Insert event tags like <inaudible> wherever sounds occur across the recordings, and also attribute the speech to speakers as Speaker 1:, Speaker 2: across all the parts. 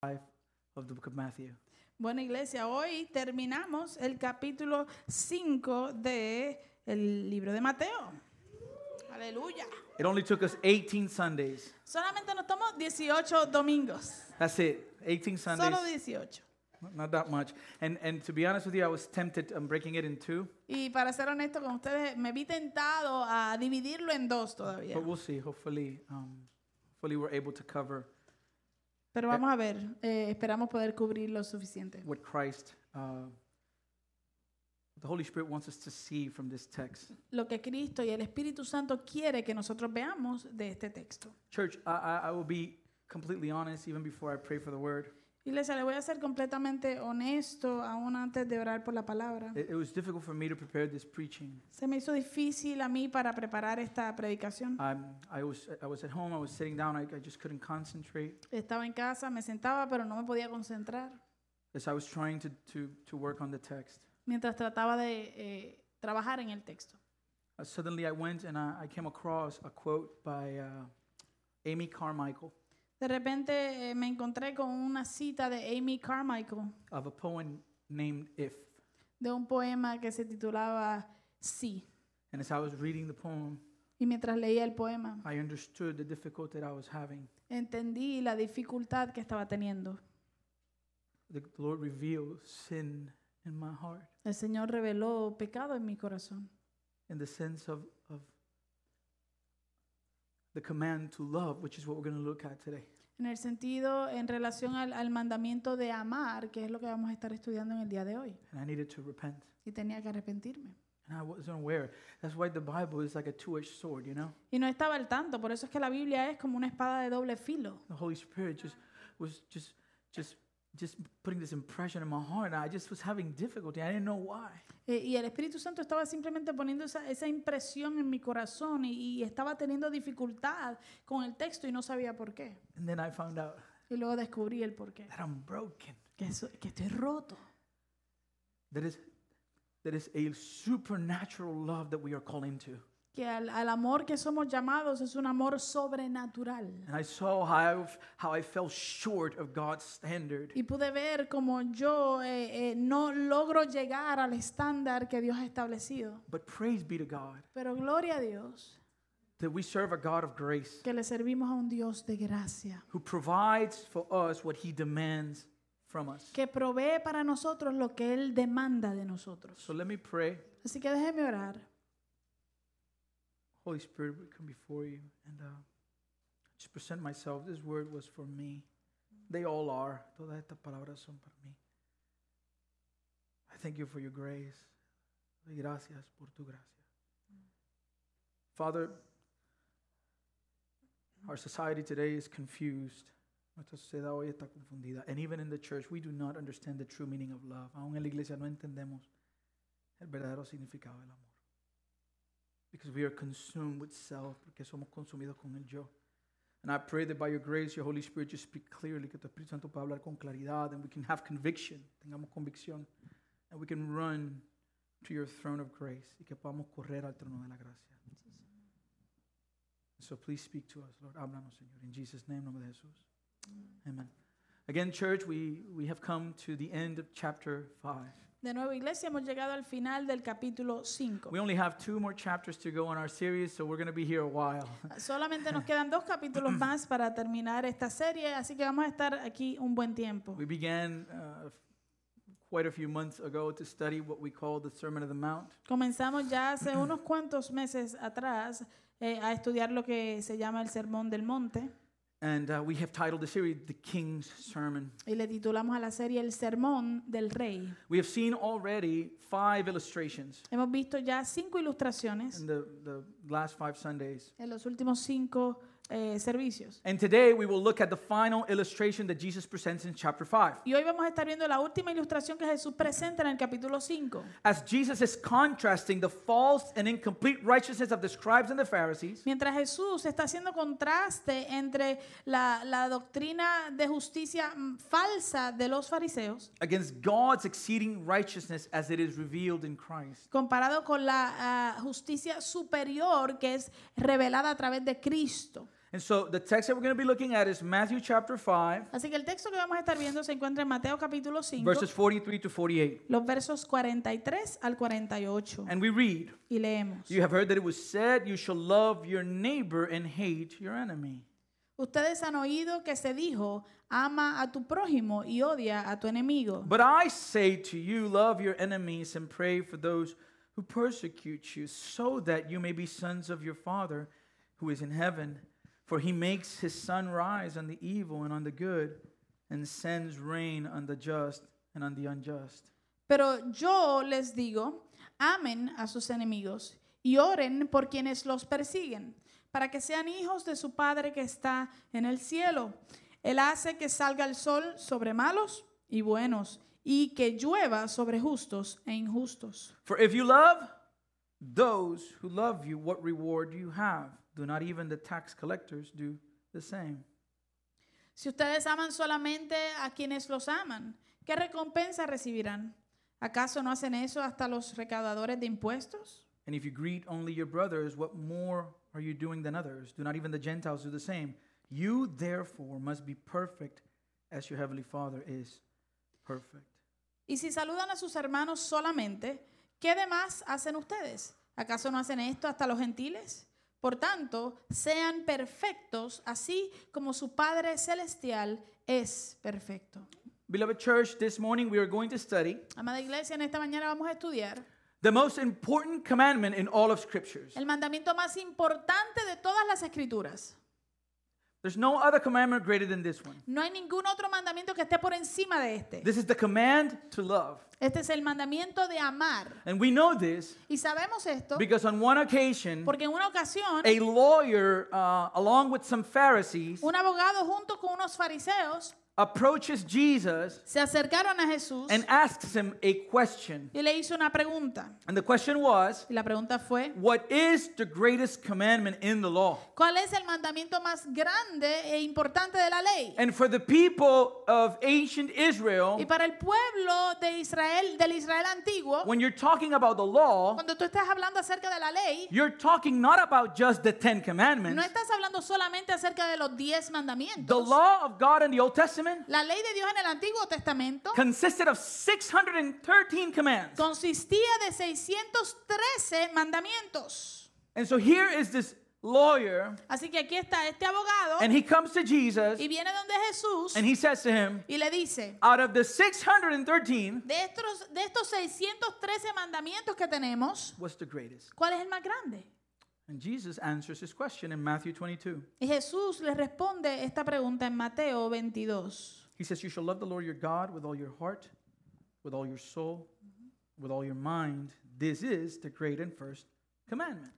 Speaker 1: 5 of the book of Matthew.
Speaker 2: Bueno, iglesia, hoy terminamos el capítulo 5 de el libro de Mateo. Aleluya.
Speaker 1: It only took us 18 Sundays.
Speaker 2: Solamente nos tomó 18 domingos.
Speaker 1: That's it. 18
Speaker 2: Solo
Speaker 1: Sundays.
Speaker 2: 18.
Speaker 1: Not that much. And and to be honest with you, I was tempted. I'm breaking it in two,
Speaker 2: Y para ser honesto con ustedes, me vi tentado a dividirlo en dos todavía.
Speaker 1: but we'll see. Hopefully, um, hopefully we're able to cover
Speaker 2: Pero vamos a ver, eh, esperamos poder cubrir lo suficiente.
Speaker 1: what Christ, uh, the Holy Spirit wants us to see from this text.
Speaker 2: Lo que Cristo y el Espíritu Santo quiere que nosotros veamos de este texto.
Speaker 1: Church, I, I, I will be completely honest even before I pray for the word.
Speaker 2: Iglesia, le voy a ser completamente honesto aún antes de orar por la palabra.
Speaker 1: It, it was difficult for me to prepare this preaching.
Speaker 2: Se me hizo difícil a mí para preparar esta predicación.
Speaker 1: Um, I was I was at home. I was sitting down. I, I just couldn't concentrate
Speaker 2: Estaba en casa, me sentaba, pero no me podía concentrar.
Speaker 1: as I was trying to to to work on the text.
Speaker 2: Mientras trataba de eh, trabajar en el texto.
Speaker 1: Uh, suddenly, I went and I, I came across a quote by uh, Amy Carmichael
Speaker 2: De repente eh, me encontré con una cita de Amy Carmichael,
Speaker 1: of a poem named "If."
Speaker 2: de un poema que se titulaba Sí.
Speaker 1: And as I was reading the poem,
Speaker 2: Y mientras leía el poema,
Speaker 1: I understood the difficulty that I was having.
Speaker 2: entendí la dificultad que estaba teniendo.
Speaker 1: The, the Lord revealed sin in my heart,
Speaker 2: El Señor reveló pecado en mi corazón,
Speaker 1: in the sense of of the command to love, which is what we're going to look at today.
Speaker 2: en el sentido en relación al, al mandamiento de amar, que es lo que vamos a estar estudiando en el día de hoy.
Speaker 1: And I needed to repent.
Speaker 2: Y tenía que arrepentirme.
Speaker 1: And I wasn't aware. That's why the Bible is like a two edged sword, you know?
Speaker 2: Y no estaba al tanto, por eso es que la Biblia es como una espada de doble filo.
Speaker 1: The Holy Spirit just was just just just putting this impression in my heart. And I just was having difficulty. I didn't know why.
Speaker 2: Eh, y el Espíritu Santo estaba simplemente poniendo esa, esa impresión en mi corazón y, y estaba teniendo dificultad con el texto y no sabía por qué.
Speaker 1: And then I found out
Speaker 2: Y luego descubrí el por qué.
Speaker 1: that I'm broken.
Speaker 2: Que, so- que estoy roto.
Speaker 1: That is that is a supernatural love that we are called into.
Speaker 2: Que al, al amor que somos llamados es un amor sobrenatural.
Speaker 1: And I saw how I, how I fell short of God's standard.
Speaker 2: Y pude ver como yo eh, eh, no logro llegar al estándar que Dios ha establecido.
Speaker 1: But praise be to God
Speaker 2: Pero gloria a Dios
Speaker 1: that we serve a God of grace
Speaker 2: que le servimos a un Dios de gracia.
Speaker 1: who provides for us what he demands from us.
Speaker 2: que provee para nosotros lo que Él demanda de nosotros.
Speaker 1: So let me pray.
Speaker 2: Así que déjeme orar.
Speaker 1: Holy Spirit, we come before you and uh, just present myself. This word was for me. They all are. Todas estas palabras son para mí. I thank you for your grace. Doy gracias por tu gracia. Father, our society today is confused. Nuestra sociedad hoy está confundida. And even in the church, we do not understand the true meaning of love. Aún en la iglesia no entendemos el verdadero significado del amor. because we are consumed with self, porque somos consumidos con el yo. And I pray that by your grace, your Holy Spirit, just speak clearly, que tu Espíritu Santo pueda hablar con claridad, and we can have conviction, tengamos convicción, and we can run to your throne of grace, y que podamos correr al trono de la gracia. So please speak to us, Lord. Háblanos, Señor. In Jesus' name, en nombre de Jesús. Amen. Again, church, we, we have come to the end of chapter 5.
Speaker 2: De nuevo, iglesia, hemos llegado al final del capítulo 5.
Speaker 1: We only have two more chapters to go in our series, so we're going to be here a while.
Speaker 2: Solamente nos quedan dos capítulos más para terminar esta serie, así que vamos a estar aquí un buen tiempo.
Speaker 1: We began uh, quite a few months ago to study what we call the Sermon on the Mount.
Speaker 2: Comenzamos ya hace unos cuantos meses atrás eh, a estudiar lo que se llama el Sermón del Monte
Speaker 1: And uh, we have titled the series The King's Sermon.
Speaker 2: y le titulamos a la serie El Sermón del Rey.
Speaker 1: We have seen already five illustrations
Speaker 2: Hemos visto ya cinco ilustraciones
Speaker 1: in the, the last five Sundays.
Speaker 2: en los últimos cinco eh, servicios.
Speaker 1: And today we will look at the final illustration that Jesus presents in chapter 5.
Speaker 2: Y hoy vamos a estar viendo la última ilustración que Jesús presenta en el capítulo 5.
Speaker 1: As Jesus is contrasting the false and incomplete righteousness of the scribes and the Pharisees
Speaker 2: Mientras Jesús está haciendo contraste entre la, la doctrina de justicia mm, falsa de los fariseos,
Speaker 1: against God's exceeding righteousness as it is revealed in Christ.
Speaker 2: comparado con la ah, justicia superior que es revelada a través de Cristo.
Speaker 1: And so the text that we're going to be looking at is Matthew chapter 5,
Speaker 2: Así que el texto que vamos a estar viendo se encuentra en Mateo capítulo 5,
Speaker 1: verses 43 to 48.
Speaker 2: los versos 43 al 48.
Speaker 1: And we read,
Speaker 2: Y leemos.
Speaker 1: You have heard that it was said, You shall love your neighbor and hate your enemy.
Speaker 2: Ustedes han oído que se dijo, ama a tu prójimo y odia a tu enemigo.
Speaker 1: But I say to you, love your enemies and pray for those who persecute you, so that you may be sons of your Father who is in heaven. For he makes his sun rise on the evil and on the good, and sends rain on the just and on the unjust.
Speaker 2: Pero yo les digo, amen a sus enemigos y oren por quienes los persiguen, para que sean hijos de su Padre que está en el cielo. Él hace que salga el sol sobre malos y buenos, y que llueva sobre justos e injustos.
Speaker 1: For if you love those who love you, what reward do you have? Do not even the tax collectors do the same?
Speaker 2: Si ustedes aman solamente a quienes los aman, ¿qué recompensa recibirán? ¿Acaso no hacen eso hasta los recaudadores de impuestos?
Speaker 1: And if you greet only your brothers, what more are you doing than others? Do not even the Gentiles do the same? You therefore must be perfect as your heavenly Father is perfect.
Speaker 2: Y si saludan a sus hermanos solamente, ¿qué demás hacen ustedes? ¿Acaso no hacen esto hasta los gentiles? Por tanto, sean perfectos, así como su Padre Celestial es perfecto.
Speaker 1: Beloved church, this morning we are going to study
Speaker 2: Amada iglesia, en esta mañana vamos a estudiar
Speaker 1: the most important commandment in all of scriptures.
Speaker 2: el mandamiento más importante de todas las escrituras.
Speaker 1: There's no other commandment greater than this one.
Speaker 2: No hay ningún otro mandamiento que esté por encima de este.
Speaker 1: This is the command to love.
Speaker 2: Este es el mandamiento de amar.
Speaker 1: And we know this
Speaker 2: Y sabemos esto
Speaker 1: because on one occasion,
Speaker 2: porque en una ocasión
Speaker 1: a lawyer, uh, along with some Pharisees,
Speaker 2: un abogado junto con unos fariseos
Speaker 1: approaches Jesus
Speaker 2: se acercaron a Jesús
Speaker 1: and asks him a question.
Speaker 2: y le hizo una pregunta.
Speaker 1: And the question was,
Speaker 2: Y la pregunta fue,
Speaker 1: what is the greatest commandment in the law?
Speaker 2: ¿cuál es el mandamiento más grande e importante de la ley?
Speaker 1: And for the people of ancient
Speaker 2: Y
Speaker 1: Israel,
Speaker 2: para el pueblo de Israel, del Israel antiguo,
Speaker 1: when you're talking about the law,
Speaker 2: cuando tú estás hablando acerca de la ley,
Speaker 1: you're talking not about just the Ten
Speaker 2: no
Speaker 1: Commandments.
Speaker 2: estás hablando solamente acerca de los diez
Speaker 1: The
Speaker 2: mandamientos.
Speaker 1: law of God in the Old Testament
Speaker 2: La ley de Dios en el Antiguo Testamento
Speaker 1: consisted of 613 commands.
Speaker 2: consistía de 613 mandamientos.
Speaker 1: And so here is this lawyer,
Speaker 2: Así que aquí está este abogado
Speaker 1: and he comes to Jesus,
Speaker 2: y viene donde Jesús
Speaker 1: and he says to him,
Speaker 2: y le dice,
Speaker 1: out of the 613,
Speaker 2: de estos, de estos 613 mandamientos que tenemos,
Speaker 1: what's the greatest?
Speaker 2: ¿cuál es el más grande?
Speaker 1: And Jesus answers his question in Matthew 22.
Speaker 2: Y Jesús le responde esta pregunta en Mateo 22.
Speaker 1: He says, You shall love the Lord your God with all your heart, with all your soul, with all your mind. This is the great and first commandment.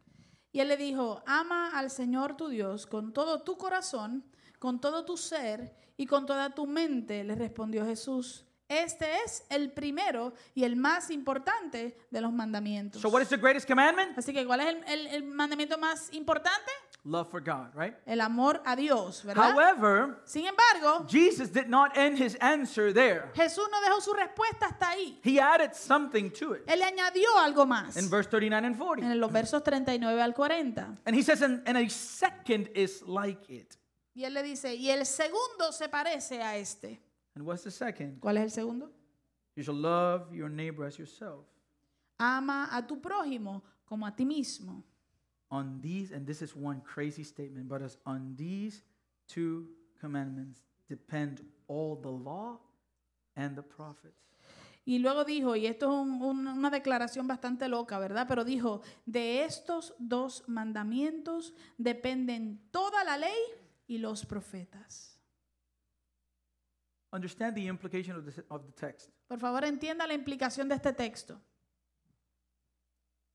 Speaker 2: Y él le dijo, ama al Señor tu Dios con todo tu corazón, con todo tu ser y con toda tu mente, le respondió Jesús. Este es el primero y el más importante de los mandamientos.
Speaker 1: So, what is the greatest commandment?
Speaker 2: Así que, ¿cuál es el, el- el mandamiento más importante?
Speaker 1: Love for God, right?
Speaker 2: El amor a Dios, ¿verdad?
Speaker 1: However,
Speaker 2: Sin embargo,
Speaker 1: Jesus did not end his answer there.
Speaker 2: Jesús no dejó su respuesta hasta ahí.
Speaker 1: He added something to it
Speaker 2: Él le añadió algo más
Speaker 1: in verse 39 and 40.
Speaker 2: en los versos 39 al 40.
Speaker 1: And he says, And, and a second is like it.
Speaker 2: Y él le dice, y el segundo se parece a este.
Speaker 1: And what's the second?
Speaker 2: ¿Cuál es el segundo?
Speaker 1: You shall love your neighbor as yourself.
Speaker 2: Ama a tu prójimo como a ti mismo.
Speaker 1: on these, and this is one crazy statement, but as on these two commandments depend all the law and the prophets.
Speaker 2: Y luego dijo, y esto es un- un- una declaración bastante loca, ¿verdad? Pero dijo, de estos dos mandamientos dependen toda la ley y los profetas.
Speaker 1: Understand the implication of the, of the text.
Speaker 2: Por favor, entienda la implicación de este texto.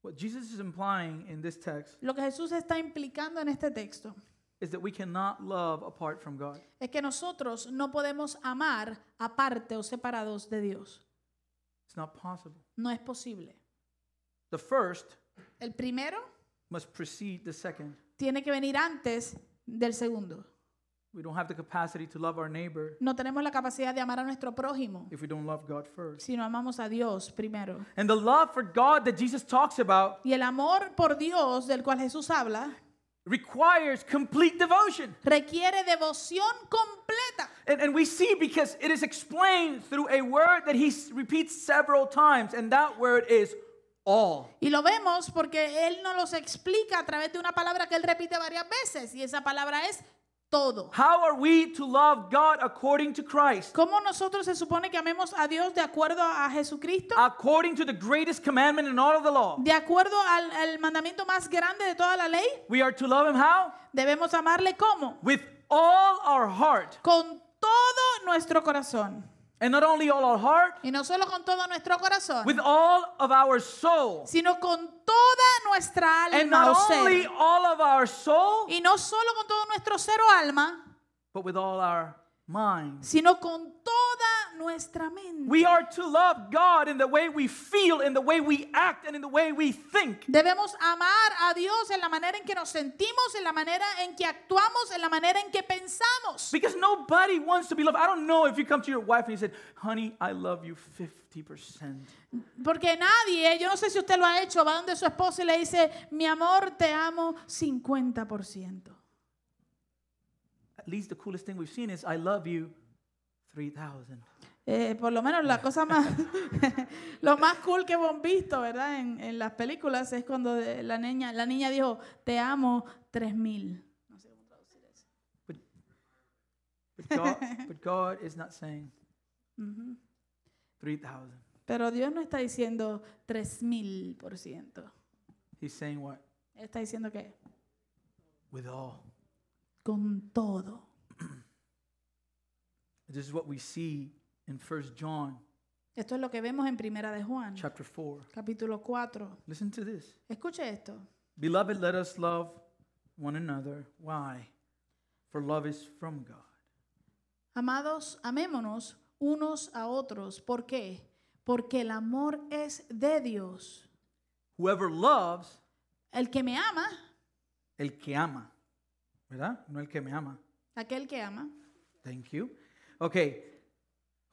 Speaker 1: What Jesus is implying in this text
Speaker 2: Lo que Jesús está implicando en este texto
Speaker 1: is that we cannot love apart from God.
Speaker 2: es que nosotros no podemos amar aparte o separados de Dios.
Speaker 1: It's not possible.
Speaker 2: No es posible.
Speaker 1: The first
Speaker 2: El primero
Speaker 1: must precede the second.
Speaker 2: tiene que venir antes del segundo.
Speaker 1: We don't have the capacity to love our neighbor
Speaker 2: No tenemos la capacidad de amar a nuestro prójimo
Speaker 1: if we don't love God first.
Speaker 2: si no amamos a Dios primero.
Speaker 1: And the love for God that Jesus talks about
Speaker 2: Y el amor por Dios del cual Jesús habla
Speaker 1: requires complete devotion.
Speaker 2: requiere devoción completa.
Speaker 1: And, and we see because it is explained through a word that he s- repeats several times, and that word is all.
Speaker 2: Y lo vemos porque él nos los explica a través de una palabra que él repite varias veces y esa palabra es todo.
Speaker 1: How are we to love God according to Christ?
Speaker 2: ¿Cómo nosotros se supone que amemos a Dios de acuerdo a Jesucristo?
Speaker 1: According to the greatest commandment in all of the law.
Speaker 2: De acuerdo al, al mandamiento más grande de toda la ley,
Speaker 1: We are to love him how?
Speaker 2: debemos amarle como?
Speaker 1: With all our heart.
Speaker 2: Con todo nuestro corazón.
Speaker 1: And not only all our heart,
Speaker 2: Y no solo con todo nuestro corazón,
Speaker 1: with all of our soul.
Speaker 2: sino con toda nuestra
Speaker 1: And
Speaker 2: alma o
Speaker 1: not only
Speaker 2: ser.
Speaker 1: all of our soul,
Speaker 2: Y no solo con todo nuestro ser o alma,
Speaker 1: but with all our mind.
Speaker 2: sino con toda nuestra mente.
Speaker 1: We are to love God in the way we feel, in the way we act, and in the way we think.
Speaker 2: Debemos amar a Dios en la manera en que nos sentimos, en la manera en que actuamos, en la manera en que pensamos.
Speaker 1: Because nobody wants to be loved. I don't know if you come to your wife and you said, honey, I love you 50%.
Speaker 2: Porque nadie, yo no sé si usted lo ha hecho, va donde su esposo y le dice, mi amor, te amo 50%.
Speaker 1: At least the coolest thing we've seen is, I love you 3,000.
Speaker 2: Eh, por lo menos la cosa más, <laughs> lo más cool que hemos visto, ¿verdad? En, en las películas es cuando de- la niña, la niña dijo, te amo 3000.
Speaker 1: But God, but God is not saying
Speaker 2: Ujú.
Speaker 1: 3,000.
Speaker 2: Pero Dios no está diciendo 3000%.
Speaker 1: He's saying what?
Speaker 2: Él está diciendo que
Speaker 1: With all.
Speaker 2: con todo.
Speaker 1: This is what we see in 1 John
Speaker 2: Esto es lo que vemos en Primera de Juan,
Speaker 1: chapter 4.
Speaker 2: capítulo 4.
Speaker 1: Listen to this.
Speaker 2: Escuche esto.
Speaker 1: Beloved, let us love one another. Why? For love is from God.
Speaker 2: Amados, amémonos unos a otros. ¿Por qué? Porque el amor es de Dios.
Speaker 1: Whoever loves,
Speaker 2: El que me ama,
Speaker 1: el que ama. ¿Verdad? No el que me ama.
Speaker 2: aquel que ama,
Speaker 1: Thank you. Okay.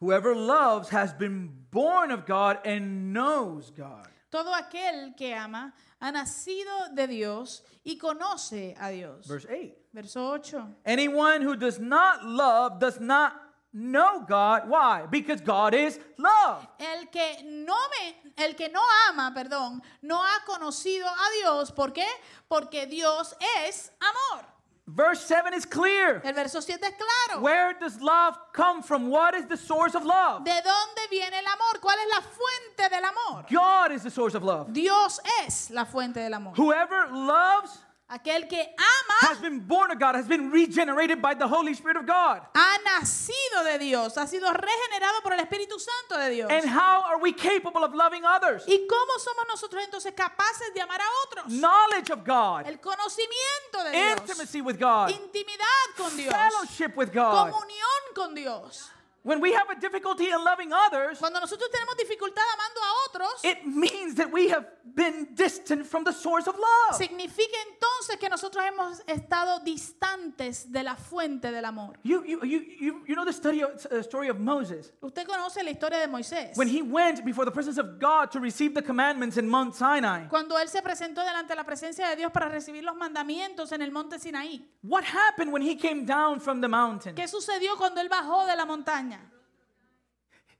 Speaker 1: Whoever loves has been born of God and knows God.
Speaker 2: todo aquel que ama ha nacido de Dios y conoce a Dios.
Speaker 1: Verse 8.
Speaker 2: Verso 8.
Speaker 1: Anyone who does not love does not know God. Why? Because God is love.
Speaker 2: El que no me, el que no ama, perdón, no ha conocido a Dios. ¿Por qué? Porque Dios es amor.
Speaker 1: Verse 7 is clear.
Speaker 2: El verso 7 es claro.
Speaker 1: Where does love come from? What is the source of love?
Speaker 2: ¿De dónde viene el amor? ¿Cuál es la fuente del amor?
Speaker 1: God is the source of love.
Speaker 2: Dios es la fuente del amor.
Speaker 1: Whoever loves
Speaker 2: Aquel que ama
Speaker 1: has been born of God, has been regenerated by the Holy Spirit of God.
Speaker 2: ha nacido de Dios, ha sido regenerado por el Espíritu Santo de Dios.
Speaker 1: And how are we capable of loving others?
Speaker 2: ¿Y cómo somos nosotros entonces capaces de amar a otros?
Speaker 1: Knowledge of God,
Speaker 2: El conocimiento de Dios,
Speaker 1: intimacy with God,
Speaker 2: intimidad con Dios,
Speaker 1: fellowship with God.
Speaker 2: comunión con Dios.
Speaker 1: When we have a difficulty in loving others,
Speaker 2: Cuando nosotros tenemos dificultad amando a otros,
Speaker 1: it means that we have been distant from the source of love.
Speaker 2: significa entonces que nosotros hemos estado distantes de la fuente del amor.
Speaker 1: You, you, you, you, you know the study of, uh, story of Moses.
Speaker 2: Usted conoce la historia de Moisés.
Speaker 1: When he went before the presence of God to receive the commandments in Mount Sinai,
Speaker 2: Cuando él se presentó delante de la presencia de Dios para recibir los mandamientos en el monte Sinaí.
Speaker 1: what happened when he came down from the mountain?
Speaker 2: ¿Qué sucedió cuando él bajó de la montaña?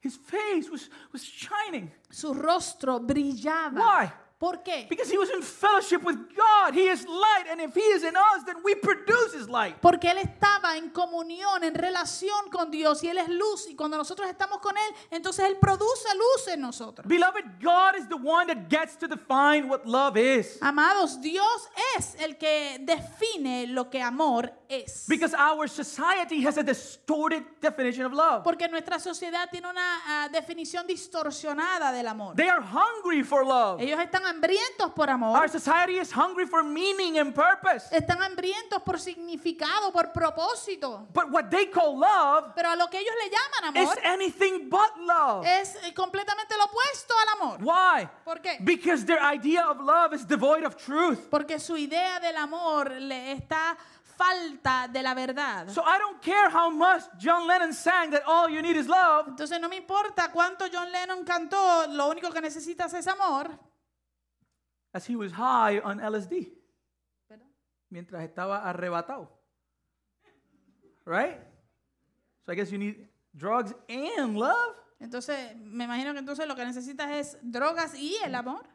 Speaker 1: His face was, was shining
Speaker 2: Su rostro brillaba.
Speaker 1: Why?
Speaker 2: ¿Por qué?
Speaker 1: because he was in fellowship with God. He is light, and if he is in us, then we produce his light.
Speaker 2: Porque él estaba en comunión, en relación con Dios y él es luz y cuando nosotros estamos con él, entonces él produce luz en nosotros.
Speaker 1: Beloved, God is the one that gets to define what love is.
Speaker 2: Amados, Dios es el que define lo que amor es.
Speaker 1: Because our society has a distorted definition of love.
Speaker 2: Porque nuestra sociedad tiene una ah, definición distorsionada del amor.
Speaker 1: They are hungry for love.
Speaker 2: Ellos están hambrientos por amor.
Speaker 1: Our society is hungry for meaning and purpose.
Speaker 2: Están hambrientos por significado, por propósito.
Speaker 1: But what they call love
Speaker 2: Pero a lo que ellos le llaman
Speaker 1: is
Speaker 2: amor
Speaker 1: anything but love.
Speaker 2: es eh, completamente lo opuesto al amor.
Speaker 1: Why?
Speaker 2: ¿Por qué?
Speaker 1: Because their idea of love is devoid of truth.
Speaker 2: Porque su idea del amor le está falta de la verdad.
Speaker 1: So I don't care how much John Lennon sang that all you need is love.
Speaker 2: Entonces no me importa cuánto John Lennon cantó, lo único que necesitas es amor.
Speaker 1: as he was high on LSD. mientras estaba arrebatado. Right? So I guess you need drugs and love.
Speaker 2: Entonces, me imagino que entonces lo que necesitas es drogas y el amor.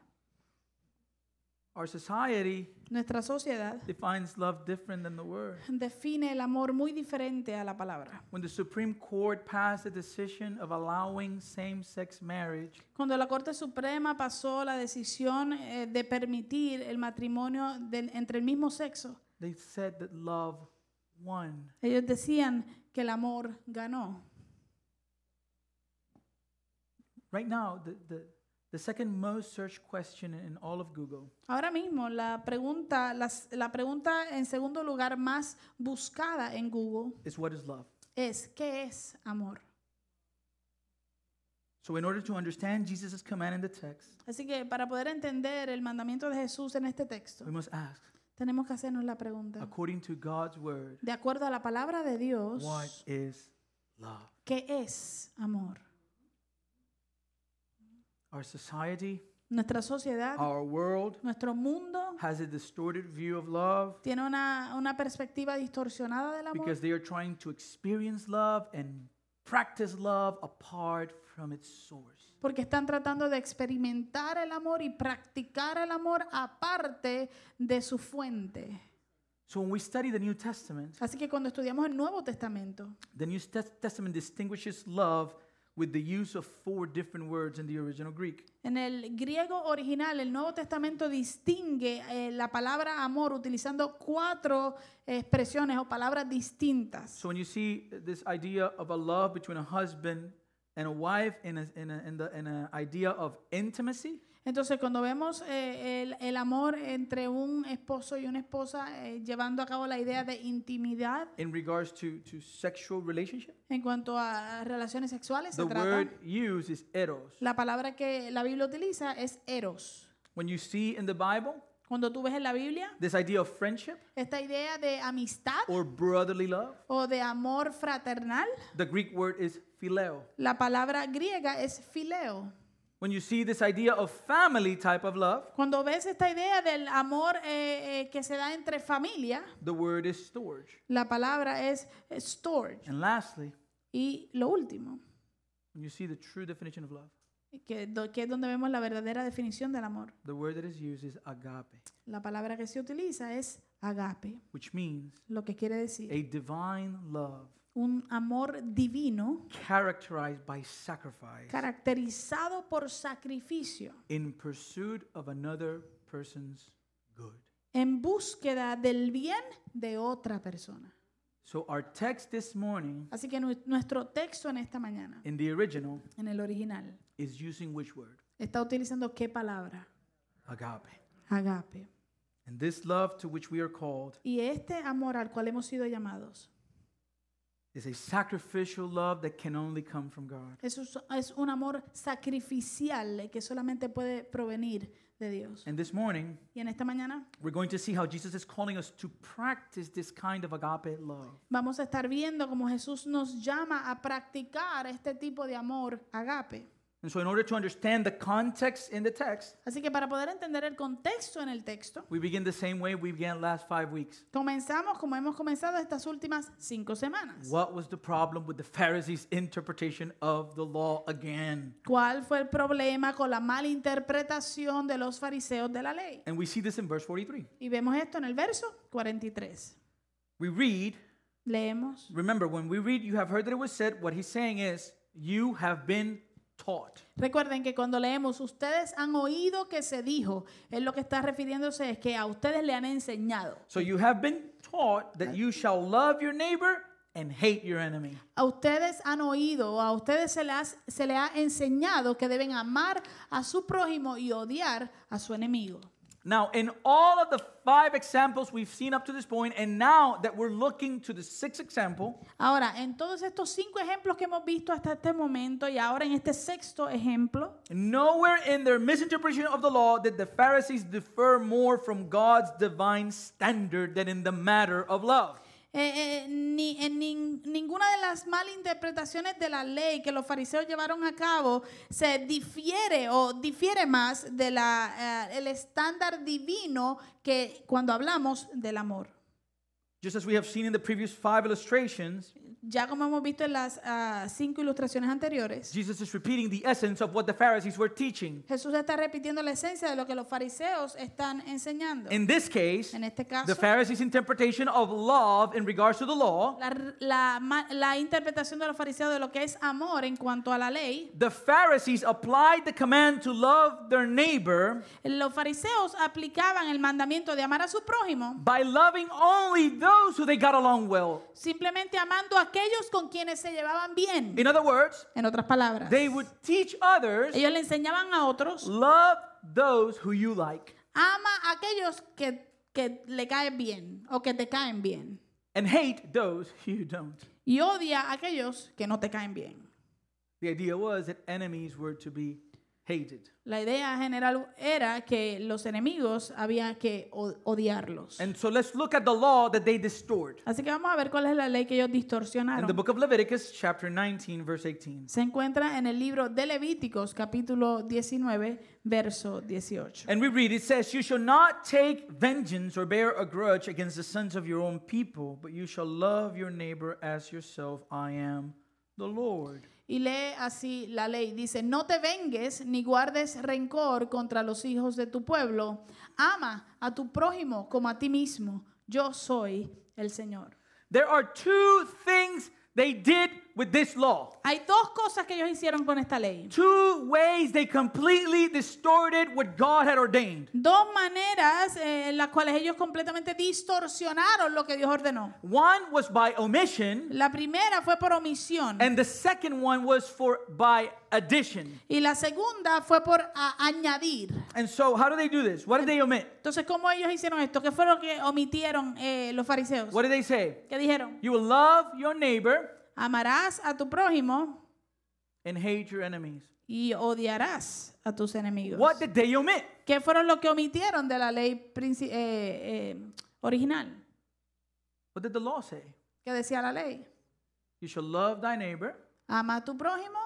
Speaker 1: Our society
Speaker 2: Nuestra sociedad
Speaker 1: defines love different than the word.
Speaker 2: define el amor muy diferente a la palabra.
Speaker 1: When the Supreme Court passed the decision of allowing same sex marriage,
Speaker 2: Cuando la Corte Suprema pasó la decisión eh, de permitir el matrimonio del- entre el mismo sexo,
Speaker 1: they said that love won.
Speaker 2: ellos decían que el amor ganó.
Speaker 1: Right now, the, the, the second most searched question in all of Google
Speaker 2: Ahora mismo, la pregunta, las- la pregunta en segundo lugar más buscada en Google
Speaker 1: is what is love?
Speaker 2: es, ¿qué es amor?
Speaker 1: So, in order to understand Jesus' command in the text,
Speaker 2: Así que para poder entender el mandamiento de Jesús en este texto,
Speaker 1: we must ask,
Speaker 2: tenemos que hacernos la pregunta,
Speaker 1: according to God's word,
Speaker 2: de acuerdo a la palabra de Dios,
Speaker 1: what is love?
Speaker 2: ¿qué es amor?
Speaker 1: Our society,
Speaker 2: Nuestra sociedad,
Speaker 1: our world
Speaker 2: nuestro mundo
Speaker 1: has a distorted view of love
Speaker 2: tiene una, una perspectiva distorsionada del amor
Speaker 1: because they are trying to experience love and practice love apart from its source.
Speaker 2: porque están tratando de experimentar el amor y practicar el amor aparte de su fuente.
Speaker 1: So when we study the New Testament,
Speaker 2: Así que cuando estudiamos el Nuevo Testamento,
Speaker 1: the New Tes- Testament distinguishes love with the use of four different words in the original Greek.
Speaker 2: en el griego original, el Nuevo Testamento distingue eh, la palabra amor utilizando cuatro expresiones o palabras distintas.
Speaker 1: So when you see this idea of a love between a husband and a wife in a, in a, in the, in a idea of intimacy,
Speaker 2: Entonces, cuando vemos eh, el, el amor entre un esposo y una esposa eh, llevando a cabo la idea de intimidad
Speaker 1: in regards to, to sexual relationship,
Speaker 2: en cuanto a relaciones sexuales, se
Speaker 1: the
Speaker 2: trata.
Speaker 1: word used is eros.
Speaker 2: La palabra que la Biblia utiliza es eros.
Speaker 1: When you see in the Bible
Speaker 2: Cuando tú ves en la Biblia
Speaker 1: this idea of friendship
Speaker 2: esta idea de amistad
Speaker 1: or brotherly love,
Speaker 2: o de amor fraternal,
Speaker 1: the Greek word is phileo.
Speaker 2: la palabra griega es fileo.
Speaker 1: When you see this idea of family type of love,
Speaker 2: Cuando ves esta idea del amor eh, eh, que se da entre familia,
Speaker 1: the word is storge.
Speaker 2: la palabra es eh, storge.
Speaker 1: And lastly,
Speaker 2: Y lo último,
Speaker 1: when you see the true definition of love,
Speaker 2: que, do- que es donde vemos la verdadera definición del amor,
Speaker 1: the word that is used is agape,
Speaker 2: la palabra que se utiliza es agape,
Speaker 1: which means
Speaker 2: lo que quiere decir
Speaker 1: a divine love
Speaker 2: un amor divino
Speaker 1: characterized by sacrifice
Speaker 2: caracterizado por sacrificio,
Speaker 1: in pursuit of another person's good.
Speaker 2: en búsqueda del bien de otra persona.
Speaker 1: So our text this morning
Speaker 2: Así que nu- nuestro texto en esta mañana,
Speaker 1: in the original
Speaker 2: en el original,
Speaker 1: is using which word?
Speaker 2: está utilizando qué palabra?
Speaker 1: Agape.
Speaker 2: Agape.
Speaker 1: And this love to which we are called
Speaker 2: Y este amor al cual hemos sido llamados
Speaker 1: is a sacrificial love that can only come from God.
Speaker 2: es, us- es un amor sacrificial que solamente puede provenir de Dios.
Speaker 1: And this morning,
Speaker 2: Y en esta mañana
Speaker 1: we're going to see how Jesus is calling us to practice this kind of agape love.
Speaker 2: vamos a estar viendo cómo Jesús nos llama a practicar este tipo de amor agape.
Speaker 1: And so, in order to understand the context in the text,
Speaker 2: Así que para poder entender el contexto en el texto,
Speaker 1: we begin the same way we began last five weeks.
Speaker 2: Comenzamos como hemos comenzado estas últimas cinco semanas.
Speaker 1: What was the problem with the Pharisees' interpretation of the law again?
Speaker 2: ¿Cuál fue el problema con la mala interpretación de los fariseos de la ley?
Speaker 1: And we see this in verse 43.
Speaker 2: Y vemos esto en el verso 43.
Speaker 1: We read,
Speaker 2: Leemos.
Speaker 1: remember, when we read, you have heard that it was said, what he's saying is, you have been taught.
Speaker 2: Recuerden que cuando leemos, ustedes han oído que se dijo. Él lo que está refiriéndose es que a ustedes le han enseñado.
Speaker 1: So you have been taught that you shall love your neighbor and hate your enemy.
Speaker 2: A ustedes han oído, o a ustedes se les, se le ha enseñado que deben amar a su prójimo y odiar a su enemigo.
Speaker 1: Now, in all of the five examples we've seen up to this point, and now that we're looking to the sixth example,
Speaker 2: Ahora, en todos estos cinco ejemplos que hemos visto hasta este momento y ahora en este sexto ejemplo,
Speaker 1: nowhere in their misinterpretation of the law did the Pharisees differ more from God's divine standard than in the matter of love.
Speaker 2: eh, eh, ni, en nin- ninguna de las malinterpretaciones de la ley que los fariseos llevaron a cabo se difiere o difiere eh, más del el estándar divino que cuando hablamos del amor.
Speaker 1: Just as we have seen in the previous five illustrations,
Speaker 2: Ya como hemos visto en las ah, cinco ilustraciones anteriores,
Speaker 1: Jesus is repeating the essence of what the Pharisees were teaching.
Speaker 2: Jesús está repitiendo la esencia de lo que los fariseos están enseñando.
Speaker 1: In this case,
Speaker 2: En este
Speaker 1: the
Speaker 2: caso,
Speaker 1: Pharisees' interpretation of love in regards to the law,
Speaker 2: la, la ma- la interpretación de los fariseos de lo que es amor en cuanto a la ley,
Speaker 1: the Pharisees applied the command to love their neighbor
Speaker 2: los fariseos aplicaban el mandamiento de amar a su prójimo
Speaker 1: by loving only those who they got along well.
Speaker 2: simplemente amando a aquellos con quienes se llevaban bien.
Speaker 1: In other words,
Speaker 2: En otras palabras,
Speaker 1: they would teach others
Speaker 2: ellos le enseñaban a otros,
Speaker 1: love those who you like
Speaker 2: ama a aquellos que, que le caen bien o que te caen bien
Speaker 1: and hate those <laughs> you don't.
Speaker 2: y odia a aquellos que no te caen bien.
Speaker 1: The idea was that enemies were to be hated.
Speaker 2: La idea general era que los enemigos había que o- odiarlos.
Speaker 1: And so let's look at the law that they distort.
Speaker 2: Así que vamos a ver cuál es la ley que ellos
Speaker 1: In the
Speaker 2: distorsionaron.
Speaker 1: book of Leviticus, chapter 19, verse 18.
Speaker 2: Se encuentra en el libro de Levíticos, capítulo 19, verso 18.
Speaker 1: And we read, it says, You shall not take vengeance or bear a grudge against the sons of your own people, but you shall love your neighbor as yourself. I am the Lord.
Speaker 2: Y lee así la ley. Dice, no te vengues ni guardes rencor contra los hijos de tu pueblo. Ama a tu prójimo como a ti mismo. Yo soy el Señor.
Speaker 1: There are two things they did with this law.
Speaker 2: Hay dos cosas que ellos hicieron con esta ley.
Speaker 1: Two ways they completely distorted what God had ordained.
Speaker 2: Dos maneras eh, en las cuales ellos completamente distorsionaron lo que Dios ordenó.
Speaker 1: One was by omission,
Speaker 2: La primera fue por omisión
Speaker 1: and the second one was for by addition.
Speaker 2: y la segunda fue por a- añadir.
Speaker 1: And so, how do they do this? What did they omit?
Speaker 2: Entonces, ¿cómo ellos hicieron esto? ¿Qué fue lo que omitieron eh, los fariseos?
Speaker 1: What did they say?
Speaker 2: ¿Qué dijeron?
Speaker 1: You will love your neighbor
Speaker 2: Amarás a tu prójimo
Speaker 1: and hate your enemies.
Speaker 2: y odiarás a tus enemigos.
Speaker 1: What did they omit?
Speaker 2: ¿Qué fueron lo que omitieron de la ley princi- eh, eh, original?
Speaker 1: What did the law say?
Speaker 2: ¿Qué decía la ley?
Speaker 1: You shall love thy neighbor
Speaker 2: Ama a tu prójimo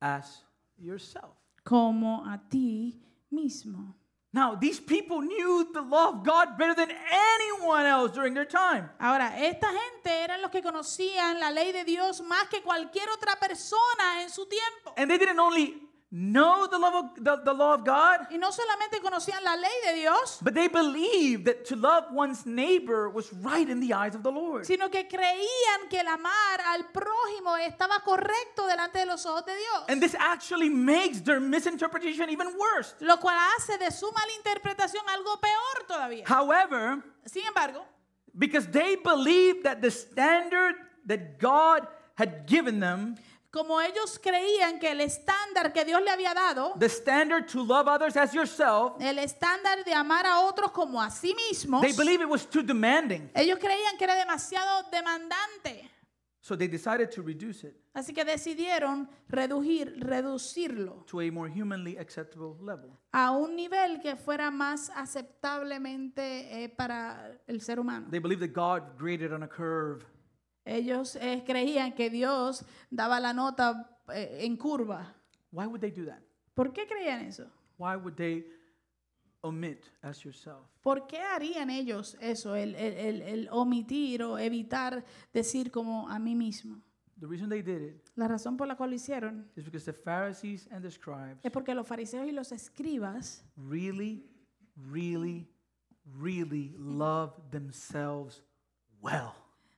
Speaker 1: as yourself.
Speaker 2: como a ti mismo.
Speaker 1: Now, these people knew the law of God better than anyone else during their time.
Speaker 2: Ahora, esta gente eran los que conocían la ley de Dios más que cualquier otra persona en su tiempo.
Speaker 1: And they didn't only know the, love of, the, the law of God,
Speaker 2: Y no solamente conocían la ley de Dios,
Speaker 1: but they believed that to love one's neighbor was right in the eyes of the Lord.
Speaker 2: sino que creían que el amar al prójimo estaba correcto delante de los ojos de Dios.
Speaker 1: And this actually makes their misinterpretation even worse.
Speaker 2: lo cual hace de su malinterpretación algo peor todavía.
Speaker 1: However,
Speaker 2: Sin embargo,
Speaker 1: because they believed that the standard that God had given them
Speaker 2: como ellos creían que el estándar que Dios le había dado,
Speaker 1: the standard to love others as yourself,
Speaker 2: el estándar de amar a otros como a sí mismos,
Speaker 1: they believe it was too demanding.
Speaker 2: ellos creían que era demasiado demandante.
Speaker 1: So they decided to reduce it
Speaker 2: Así que decidieron reducir, reducirlo
Speaker 1: to a more humanly acceptable level.
Speaker 2: a un nivel que fuera más aceptablemente eh, para el ser humano.
Speaker 1: They believed that God graded on a curve.
Speaker 2: Ellos eh, creían que Dios daba la nota eh, en curva.
Speaker 1: Why would they do that?
Speaker 2: ¿Por qué creían eso?
Speaker 1: Why would they omit as yourself?
Speaker 2: ¿Por qué harían ellos eso, el, el- el- el omitir o evitar decir como a mí mismo?
Speaker 1: The reason they did it
Speaker 2: La razón por la cual lo hicieron
Speaker 1: is because the Pharisees and the scribes
Speaker 2: es porque los fariseos y los escribas
Speaker 1: really, really, really love themselves well.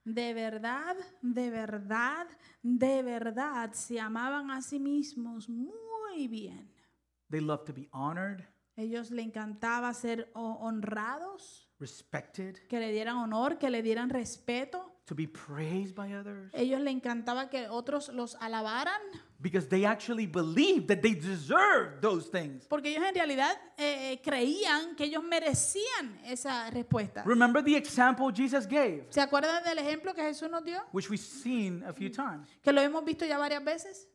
Speaker 2: de verdad, de verdad, de verdad se amaban a sí mismos muy bien.
Speaker 1: They love to be honored,
Speaker 2: Ellos le encantaba ser ho- honrados,
Speaker 1: respected,
Speaker 2: que le dieran honor, que le dieran respeto.
Speaker 1: to be praised by others.
Speaker 2: Ellos le encantaba que otros los alabaran,
Speaker 1: because they actually believed that they deserved those things.
Speaker 2: porque ellos en realidad eh, creían que ellos merecían esa respuesta.
Speaker 1: Remember the example Jesus gave,
Speaker 2: ¿Se acuerdan del ejemplo que Jesús nos dio?
Speaker 1: which we've seen a few times.
Speaker 2: Que lo hemos visto ya varias veces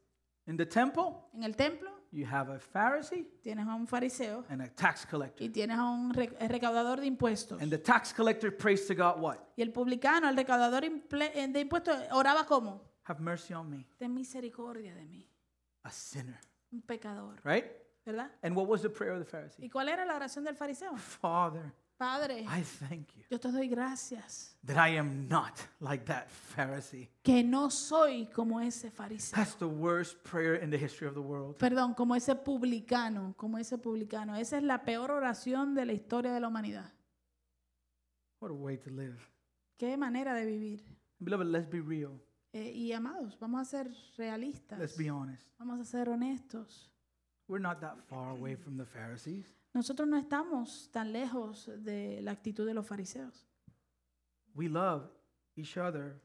Speaker 1: In the temple,
Speaker 2: en el templo.
Speaker 1: you have a Pharisee
Speaker 2: Tienes a un fariseo
Speaker 1: and a tax collector.
Speaker 2: y tienes a un re- recaudador de impuestos.
Speaker 1: And the tax collector prays to God, What?
Speaker 2: Y el publicano, el recaudador imple- eh, de impuestos, oraba como,
Speaker 1: Have mercy on me,
Speaker 2: ten misericordia de mí,
Speaker 1: a sinner.
Speaker 2: un pecador,
Speaker 1: Right?
Speaker 2: ¿verdad?
Speaker 1: And what was the prayer of the Pharisee?
Speaker 2: ¿Y cuál era la oración del fariseo?
Speaker 1: Father,
Speaker 2: Padre,
Speaker 1: I thank you
Speaker 2: yo te doy gracias
Speaker 1: that I am not like that Pharisee.
Speaker 2: que no soy como ese fariseo.
Speaker 1: That's the worst prayer in the history of the world.
Speaker 2: Perdón, como ese publicano, como ese publicano. Esa es la peor oración de la historia de la humanidad.
Speaker 1: What a way to live.
Speaker 2: Qué manera de vivir.
Speaker 1: Beloved, let's be real.
Speaker 2: Eh, y amados, vamos a ser realistas.
Speaker 1: Let's be honest.
Speaker 2: Vamos a ser honestos.
Speaker 1: We're not that far away from the Pharisees.
Speaker 2: Nosotros no estamos tan lejos de la actitud de los fariseos.
Speaker 1: We love each other.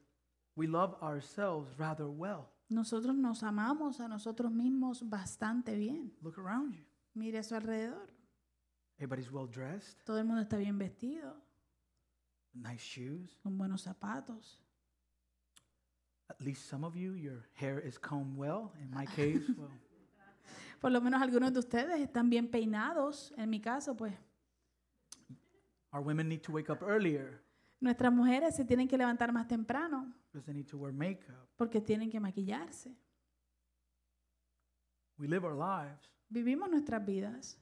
Speaker 1: We love ourselves rather well.
Speaker 2: Nosotros nos amamos a nosotros mismos bastante bien.
Speaker 1: Look around you.
Speaker 2: Mire a su alrededor.
Speaker 1: Everybody's well dressed,
Speaker 2: Todo el mundo está bien vestido,
Speaker 1: nice shoes.
Speaker 2: con buenos zapatos.
Speaker 1: At least some of you, your hair is combed well. In my case, well,
Speaker 2: Por lo menos algunos de ustedes están bien peinados. En mi caso, pues,
Speaker 1: our women need to wake up earlier
Speaker 2: nuestras mujeres se tienen que levantar más temprano
Speaker 1: because they need to wear makeup.
Speaker 2: porque tienen que maquillarse.
Speaker 1: We live our lives
Speaker 2: Vivimos nuestras vidas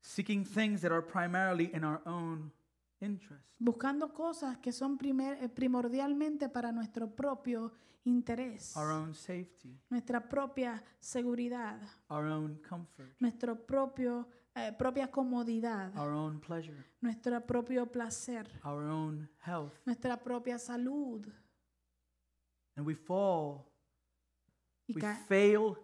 Speaker 1: seeking things that are primarily in our own interest.
Speaker 2: buscando cosas que son primer- eh, primordialmente para nuestro propio interés,
Speaker 1: our own safety,
Speaker 2: nuestra propia seguridad,
Speaker 1: our own comfort,
Speaker 2: nuestra propio, eh, propia comodidad,
Speaker 1: our own pleasure,
Speaker 2: nuestro propio placer,
Speaker 1: our own health.
Speaker 2: nuestra propia salud.
Speaker 1: And we fall,
Speaker 2: Y,
Speaker 1: we
Speaker 2: ca-
Speaker 1: fail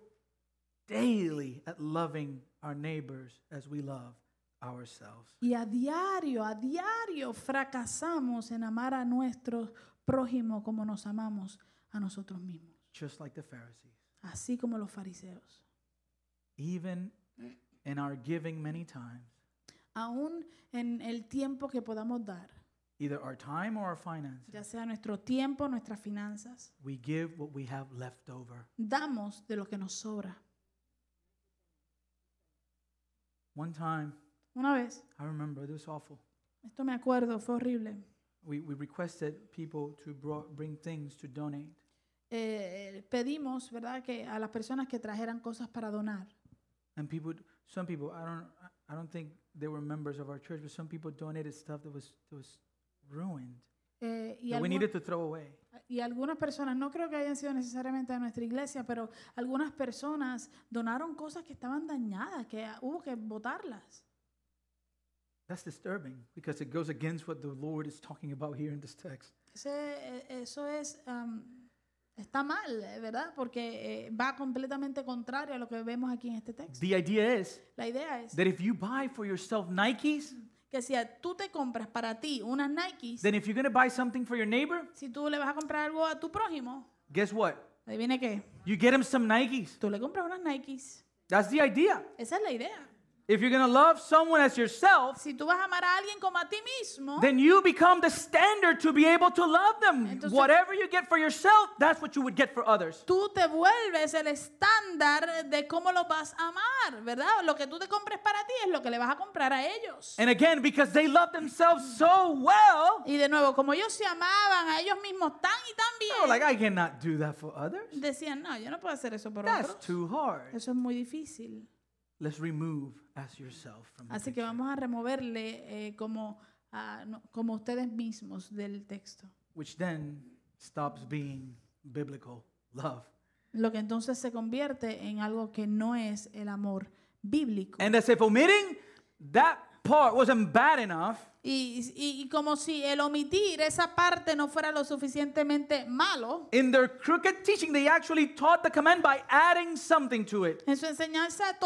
Speaker 1: daily at loving our neighbors as we love ourselves.
Speaker 2: y a diario, a diario fracasamos en amar a nuestro prójimo como nos amamos a nosotros mismos,
Speaker 1: Just like the Pharisees.
Speaker 2: así como los fariseos.
Speaker 1: Even in our giving, many times,
Speaker 2: Aún en el tiempo que podamos dar,
Speaker 1: either our time or our finances,
Speaker 2: ya sea nuestro tiempo, nuestras finanzas,
Speaker 1: we give what we have left over.
Speaker 2: damos de lo que nos sobra.
Speaker 1: One time,
Speaker 2: Una vez,
Speaker 1: I remember, this was awful.
Speaker 2: esto me acuerdo, fue horrible.
Speaker 1: We, we requested people to bro- bring things to donate.
Speaker 2: Eh, pedimos, ¿verdad?, que a las personas que trajeran cosas para donar.
Speaker 1: And people, some people, I don't, I- I don't think they were members of our church, but some people donated stuff that was, that was ruined
Speaker 2: Eh, y,
Speaker 1: that we
Speaker 2: algún-
Speaker 1: needed to throw away.
Speaker 2: y algunas personas, no creo que hayan sido necesariamente de nuestra iglesia, pero algunas personas donaron cosas que estaban dañadas, que ah, hubo que botarlas.
Speaker 1: That's disturbing because it goes against what the Lord is talking about here in this text.
Speaker 2: Ese- eh, eso es, am, está mal, eh, ¿verdad? Porque eh, va completamente contrario a lo que vemos aquí en este texto.
Speaker 1: The idea is
Speaker 2: La idea es
Speaker 1: that if you buy for yourself Nikes,
Speaker 2: que si a- tú te compras para ti unas Nikes,
Speaker 1: then if you're going to buy something for your neighbor,
Speaker 2: Si tú le vas a comprar algo a tu prójimo,
Speaker 1: guess what?
Speaker 2: adivine qué.
Speaker 1: You get him some Nikes.
Speaker 2: Tú le compras unas Nikes.
Speaker 1: That's the idea.
Speaker 2: Esa es la idea.
Speaker 1: If you're going to love someone as yourself,
Speaker 2: Si tú vas a amar a alguien como a ti mismo,
Speaker 1: then you become the standard to be able to love them.
Speaker 2: Entonces-
Speaker 1: Whatever you get for yourself, that's what you would get for others.
Speaker 2: tú te vuelves el estándar de cómo los vas a amar, ¿verdad? Lo que tú te compres para ti es lo que le vas a comprar a ellos.
Speaker 1: And again, because they love themselves so well,
Speaker 2: Y de nuevo, como ellos se amaban a ellos mismos tan y tan
Speaker 1: they were
Speaker 2: bien,
Speaker 1: oh, like, I cannot do that for others.
Speaker 2: decían, no, yo no puedo hacer eso por
Speaker 1: That's
Speaker 2: otros.
Speaker 1: too hard.
Speaker 2: Eso es muy difícil.
Speaker 1: Let's remove as yourself from the
Speaker 2: Así que
Speaker 1: picture.
Speaker 2: vamos a removerle eh, como, ah, no, como ustedes mismos del texto.
Speaker 1: Which then stops being biblical love.
Speaker 2: lo que entonces se convierte en algo que no es el amor bíblico.
Speaker 1: And as if omitting that part wasn't bad enough,
Speaker 2: Y, y- y como si el omitir esa parte no fuera lo suficientemente malo,
Speaker 1: in their crooked teaching, they actually taught the command by adding something to it.
Speaker 2: en su enseñanza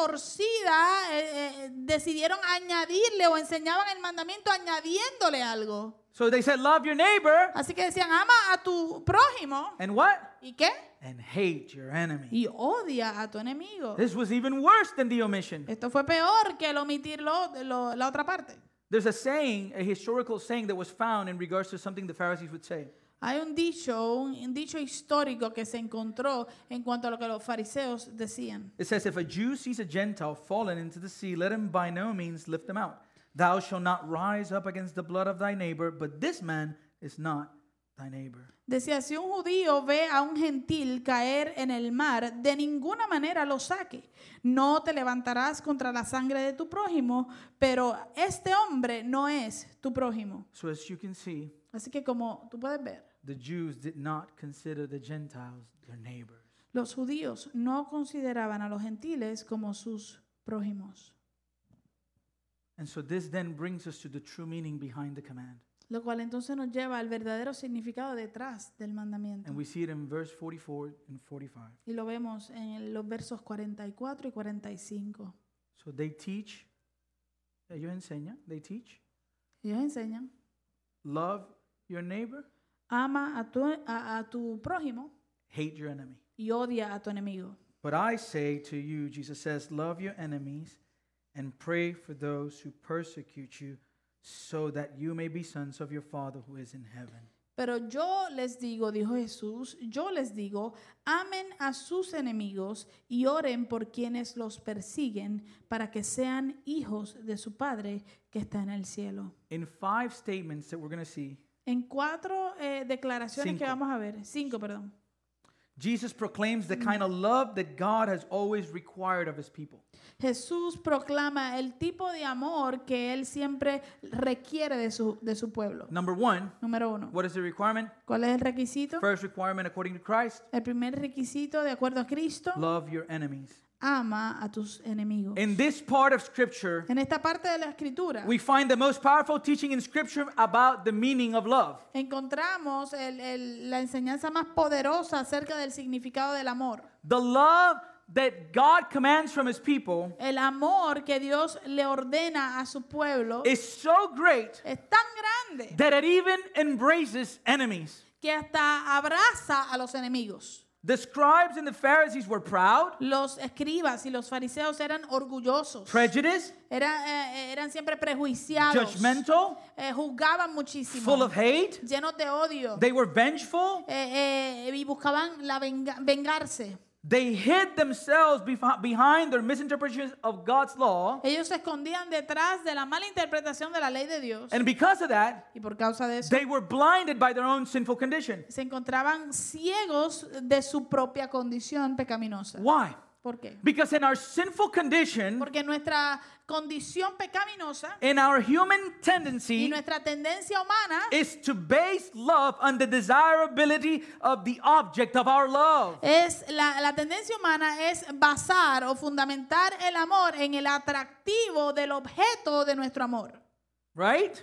Speaker 2: torcida eh, eh, decidieron añadirle o enseñaban el mandamiento añadiéndole algo.
Speaker 1: So they said, Love your neighbor
Speaker 2: Así que decían, ama a tu prójimo.
Speaker 1: and what?
Speaker 2: ¿Y qué?
Speaker 1: And hate your enemy.
Speaker 2: Y odia a tu enemigo.
Speaker 1: This was even worse than the omission.
Speaker 2: Esto fue peor que el omitir lo- lo- la otra parte.
Speaker 1: There's a saying, a historical saying that was found in regards to something the Pharisees would say.
Speaker 2: Hay un dicho, un, un dicho histórico que se encontró en cuanto a lo que los fariseos decían.
Speaker 1: It says, If a Jew sees a Gentile fallen into the sea, let him by no means lift him out. Thou shalt not rise up against the blood of thy neighbor, but this man is not thy neighbor.
Speaker 2: Decía, si un judío ve a un gentil caer en el mar, de ninguna manera lo saque. No te levantarás contra la sangre de tu prójimo, pero este hombre no es tu prójimo.
Speaker 1: So as you can see,
Speaker 2: Así que como tú puedes ver,
Speaker 1: the Jews did not consider the Gentiles their neighbors.
Speaker 2: los judíos no consideraban a los gentiles como sus prójimos.
Speaker 1: And so this then brings us to the true meaning behind the command.
Speaker 2: Lo cual entonces nos lleva al verdadero significado detrás del mandamiento.
Speaker 1: And we see it in verse 44 and 45.
Speaker 2: Y lo vemos en el- los versos 44 y 45.
Speaker 1: So they teach, ellos enseñan, they teach,
Speaker 2: Ellos enseñan,
Speaker 1: love your neighbor,
Speaker 2: ama a tu, a- a tu prójimo
Speaker 1: hate your enemy.
Speaker 2: y odia a tu enemigo.
Speaker 1: But I say to you, Jesus says, love your enemies and pray for those who persecute you, so that you may be sons of your Father who is in heaven.
Speaker 2: Pero yo les digo, dijo Jesús, yo les digo, amen a sus enemigos y oren por quienes los persiguen para que sean hijos de su Padre que está en el cielo.
Speaker 1: In five statements that we're going to see,
Speaker 2: En cuatro eh, declaraciones que
Speaker 1: Cinco.
Speaker 2: vamos a ver, cinco, perdón.
Speaker 1: Jesus proclaims the kind of love that God has always required of his people.
Speaker 2: Jesús proclama el tipo de amor que él siempre requiere de su, de su pueblo.
Speaker 1: Number one,
Speaker 2: Número uno.
Speaker 1: what is the requirement?
Speaker 2: ¿Cuál es el requisito?
Speaker 1: First requirement, according to Christ,
Speaker 2: El primer requisito, de acuerdo a Cristo,
Speaker 1: love your enemies.
Speaker 2: ama a tus enemigos.
Speaker 1: In this part of Scripture,
Speaker 2: En esta parte de la escritura
Speaker 1: we find the most powerful teaching in Scripture about the meaning of love.
Speaker 2: encontramos el- el- la enseñanza más poderosa acerca del significado del amor.
Speaker 1: The love that God commands from His people
Speaker 2: El amor que Dios le ordena a su pueblo
Speaker 1: is so great
Speaker 2: es tan grande
Speaker 1: that it even embraces enemies.
Speaker 2: que hasta abraza a los enemigos.
Speaker 1: The scribes and the Pharisees were proud,
Speaker 2: Los escribas y los fariseos eran orgullosos.
Speaker 1: prejudiced,
Speaker 2: Era- eh, eran siempre prejuiciados.
Speaker 1: judgmental,
Speaker 2: Eh, juzgaban
Speaker 1: full
Speaker 2: muchísimo.
Speaker 1: of hate.
Speaker 2: Llenos de odio.
Speaker 1: They were vengeful.
Speaker 2: Eh, eh, y buscaban la venga- vengarse.
Speaker 1: They hid themselves bef- behind their misinterpretations of God's law.
Speaker 2: Ellos se escondían detrás de la mala interpretación de la ley de Dios.
Speaker 1: And because of that,
Speaker 2: Y por causa de eso,
Speaker 1: they were blinded by their own sinful condition.
Speaker 2: se encontraban ciegos de su propia condición pecaminosa.
Speaker 1: Why?
Speaker 2: ¿Por qué?
Speaker 1: Because in our sinful condition,
Speaker 2: Porque nuestra condición pecaminosa
Speaker 1: in our human
Speaker 2: y
Speaker 1: tendency,
Speaker 2: nuestra tendencia humana
Speaker 1: is to base love on the desirability of the object of our love.
Speaker 2: es la, la tendencia humana es basar o fundamentar el amor en el atractivo del objeto de nuestro amor.
Speaker 1: Right?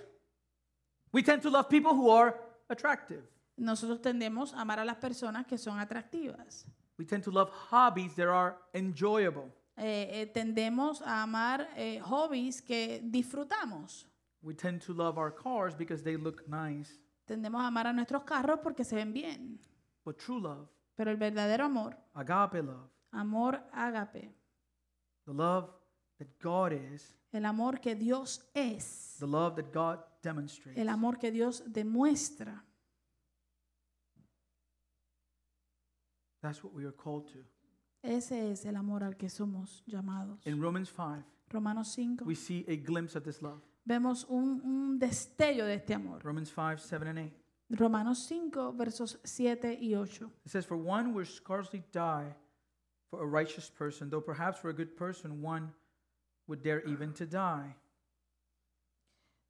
Speaker 1: We tend to love people who are attractive.
Speaker 2: Nosotros tendemos a amar a las personas que son atractivas.
Speaker 1: We tend to love hobbies that are enjoyable.
Speaker 2: Eh, eh, tendemos a amar eh, hobbies que disfrutamos.
Speaker 1: We tend to love our cars because they look nice.
Speaker 2: Tendemos a amar a nuestros carros porque se ven bien.
Speaker 1: But true love,
Speaker 2: Pero el verdadero amor,
Speaker 1: agape love,
Speaker 2: amor ágape,
Speaker 1: the love that God is,
Speaker 2: el amor que Dios es,
Speaker 1: the love that God demonstrates,
Speaker 2: el amor que Dios demuestra,
Speaker 1: that's what we are called to.
Speaker 2: ese es el amor al que somos llamados.
Speaker 1: In Romans 5,
Speaker 2: Romanos 5.
Speaker 1: we see a glimpse of this love.
Speaker 2: Vemos un, un destello de este amor.
Speaker 1: Romans 5, 7 and 8.
Speaker 2: Romanos 5, versos 7 y 8.
Speaker 1: It says, For one would scarcely die for a righteous person, though perhaps for a good person one would dare even to die.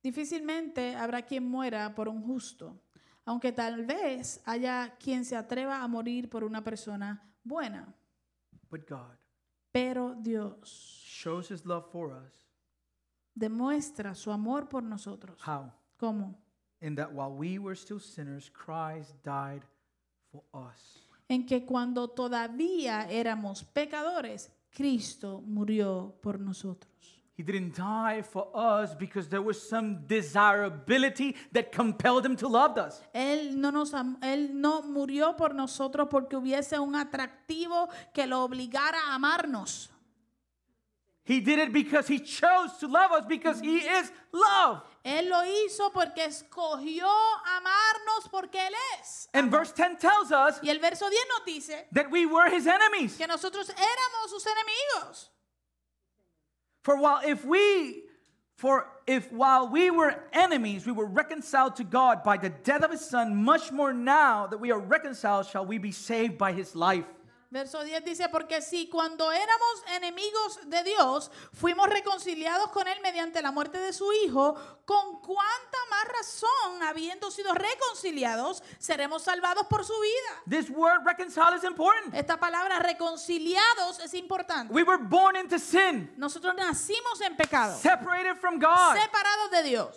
Speaker 2: Difícilmente habrá quien muera por un justo, aunque tal vez haya quien se atreva a morir por una persona buena.
Speaker 1: But God
Speaker 2: Pero Dios
Speaker 1: shows his love for us.
Speaker 2: demuestra su amor por nosotros.
Speaker 1: How?
Speaker 2: ¿Cómo?
Speaker 1: In that while we were still sinners, Christ died for us.
Speaker 2: En que cuando todavía éramos pecadores, Cristo murió por nosotros.
Speaker 1: He didn't die for us because there was some desirability that compelled him to love us.
Speaker 2: Él no, nos am- él no murió por nosotros porque hubiese un atractivo que lo obligara a amarnos.
Speaker 1: He did it because he chose to love us because he is love.
Speaker 2: Él lo hizo porque escogió amarnos porque Él es.
Speaker 1: And verse 10 tells us
Speaker 2: Y el verso 10 nos dice
Speaker 1: that we were his enemies.
Speaker 2: que nosotros éramos sus enemigos.
Speaker 1: For while if we For if while we were enemies, we were reconciled to God by the death of his son, much more now that we are reconciled, shall we be saved by his life.
Speaker 2: Verso 10 dice, porque si cuando éramos enemigos de Dios, fuimos reconciliados con Él mediante la muerte de su Hijo, con cuánta más razón, habiendo sido reconciliados, seremos salvados por su vida.
Speaker 1: This word reconcile is important.
Speaker 2: Esta palabra reconciliados es importante.
Speaker 1: We were born into sin,
Speaker 2: Nosotros nacimos en pecado,
Speaker 1: separated from God,
Speaker 2: separados de Dios,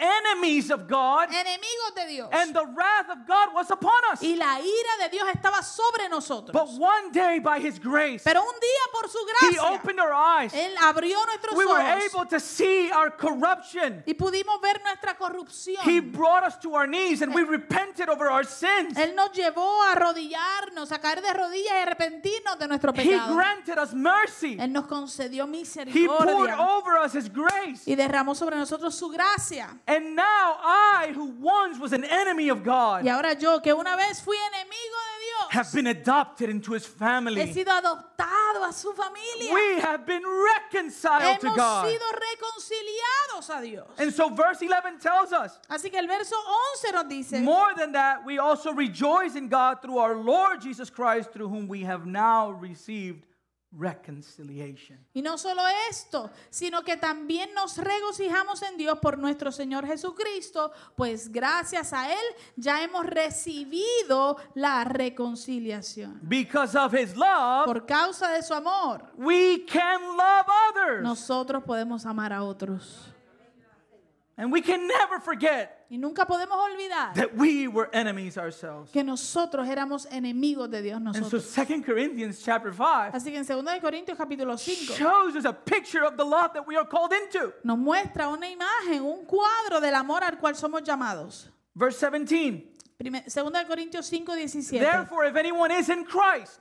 Speaker 1: enemies of God,
Speaker 2: enemigos de Dios.
Speaker 1: and the wrath of God was upon us.
Speaker 2: Y la ira de Dios estaba sobre
Speaker 1: But
Speaker 2: nosotros.
Speaker 1: one day, by his grace,
Speaker 2: Pero un día por su
Speaker 1: he
Speaker 2: gracia,
Speaker 1: opened our eyes.
Speaker 2: Él abrió nuestros
Speaker 1: We were
Speaker 2: ojos
Speaker 1: able to see our corruption.
Speaker 2: y pudimos ver nuestra
Speaker 1: He
Speaker 2: corrupción.
Speaker 1: brought us to our knees and we repented over our sins.
Speaker 2: Él nos llevó a arrodillarnos, a caer de rodillas y arrepentirnos de nuestro
Speaker 1: He
Speaker 2: pecado.
Speaker 1: granted us mercy.
Speaker 2: Él nos concedió
Speaker 1: He poured
Speaker 2: misericordia
Speaker 1: over us His grace.
Speaker 2: y derramó sobre nosotros su gracia.
Speaker 1: And now I, who once was an enemy of
Speaker 2: Y
Speaker 1: God,
Speaker 2: ahora yo, que una vez fui enemigo de
Speaker 1: have been adopted into His
Speaker 2: Dios, he
Speaker 1: family.
Speaker 2: sido adoptado a su familia.
Speaker 1: We have been reconciled to
Speaker 2: Hemos
Speaker 1: God.
Speaker 2: sido reconciliados a Dios.
Speaker 1: And so, verse 11 tells us
Speaker 2: Así que el verso 11 nos dice,
Speaker 1: more than that, we also rejoice in God through our Lord Jesus Christ, through whom we have now received reconciliation.
Speaker 2: Y no solo esto, sino que también nos regocijamos en Dios por nuestro Señor Jesucristo, pues gracias a Él ya hemos recibido la reconciliación.
Speaker 1: Because of His love,
Speaker 2: Por causa de su amor,
Speaker 1: we can love others.
Speaker 2: nosotros podemos amar a otros.
Speaker 1: And we can never forget
Speaker 2: Y nunca podemos olvidar
Speaker 1: that we were enemies ourselves.
Speaker 2: que nosotros éramos enemigos de Dios
Speaker 1: And so
Speaker 2: nosotros.
Speaker 1: 2 Corinthians chapter 5
Speaker 2: Así que en 2 de Corintios capítulo 5
Speaker 1: shows us a picture of the love that we are called into.
Speaker 2: nos muestra una imagen, un cuadro del amor al cual somos llamados.
Speaker 1: Verse 17.
Speaker 2: Prime- 2 de Corintios 5, 17.
Speaker 1: Therefore, if anyone is in Christ,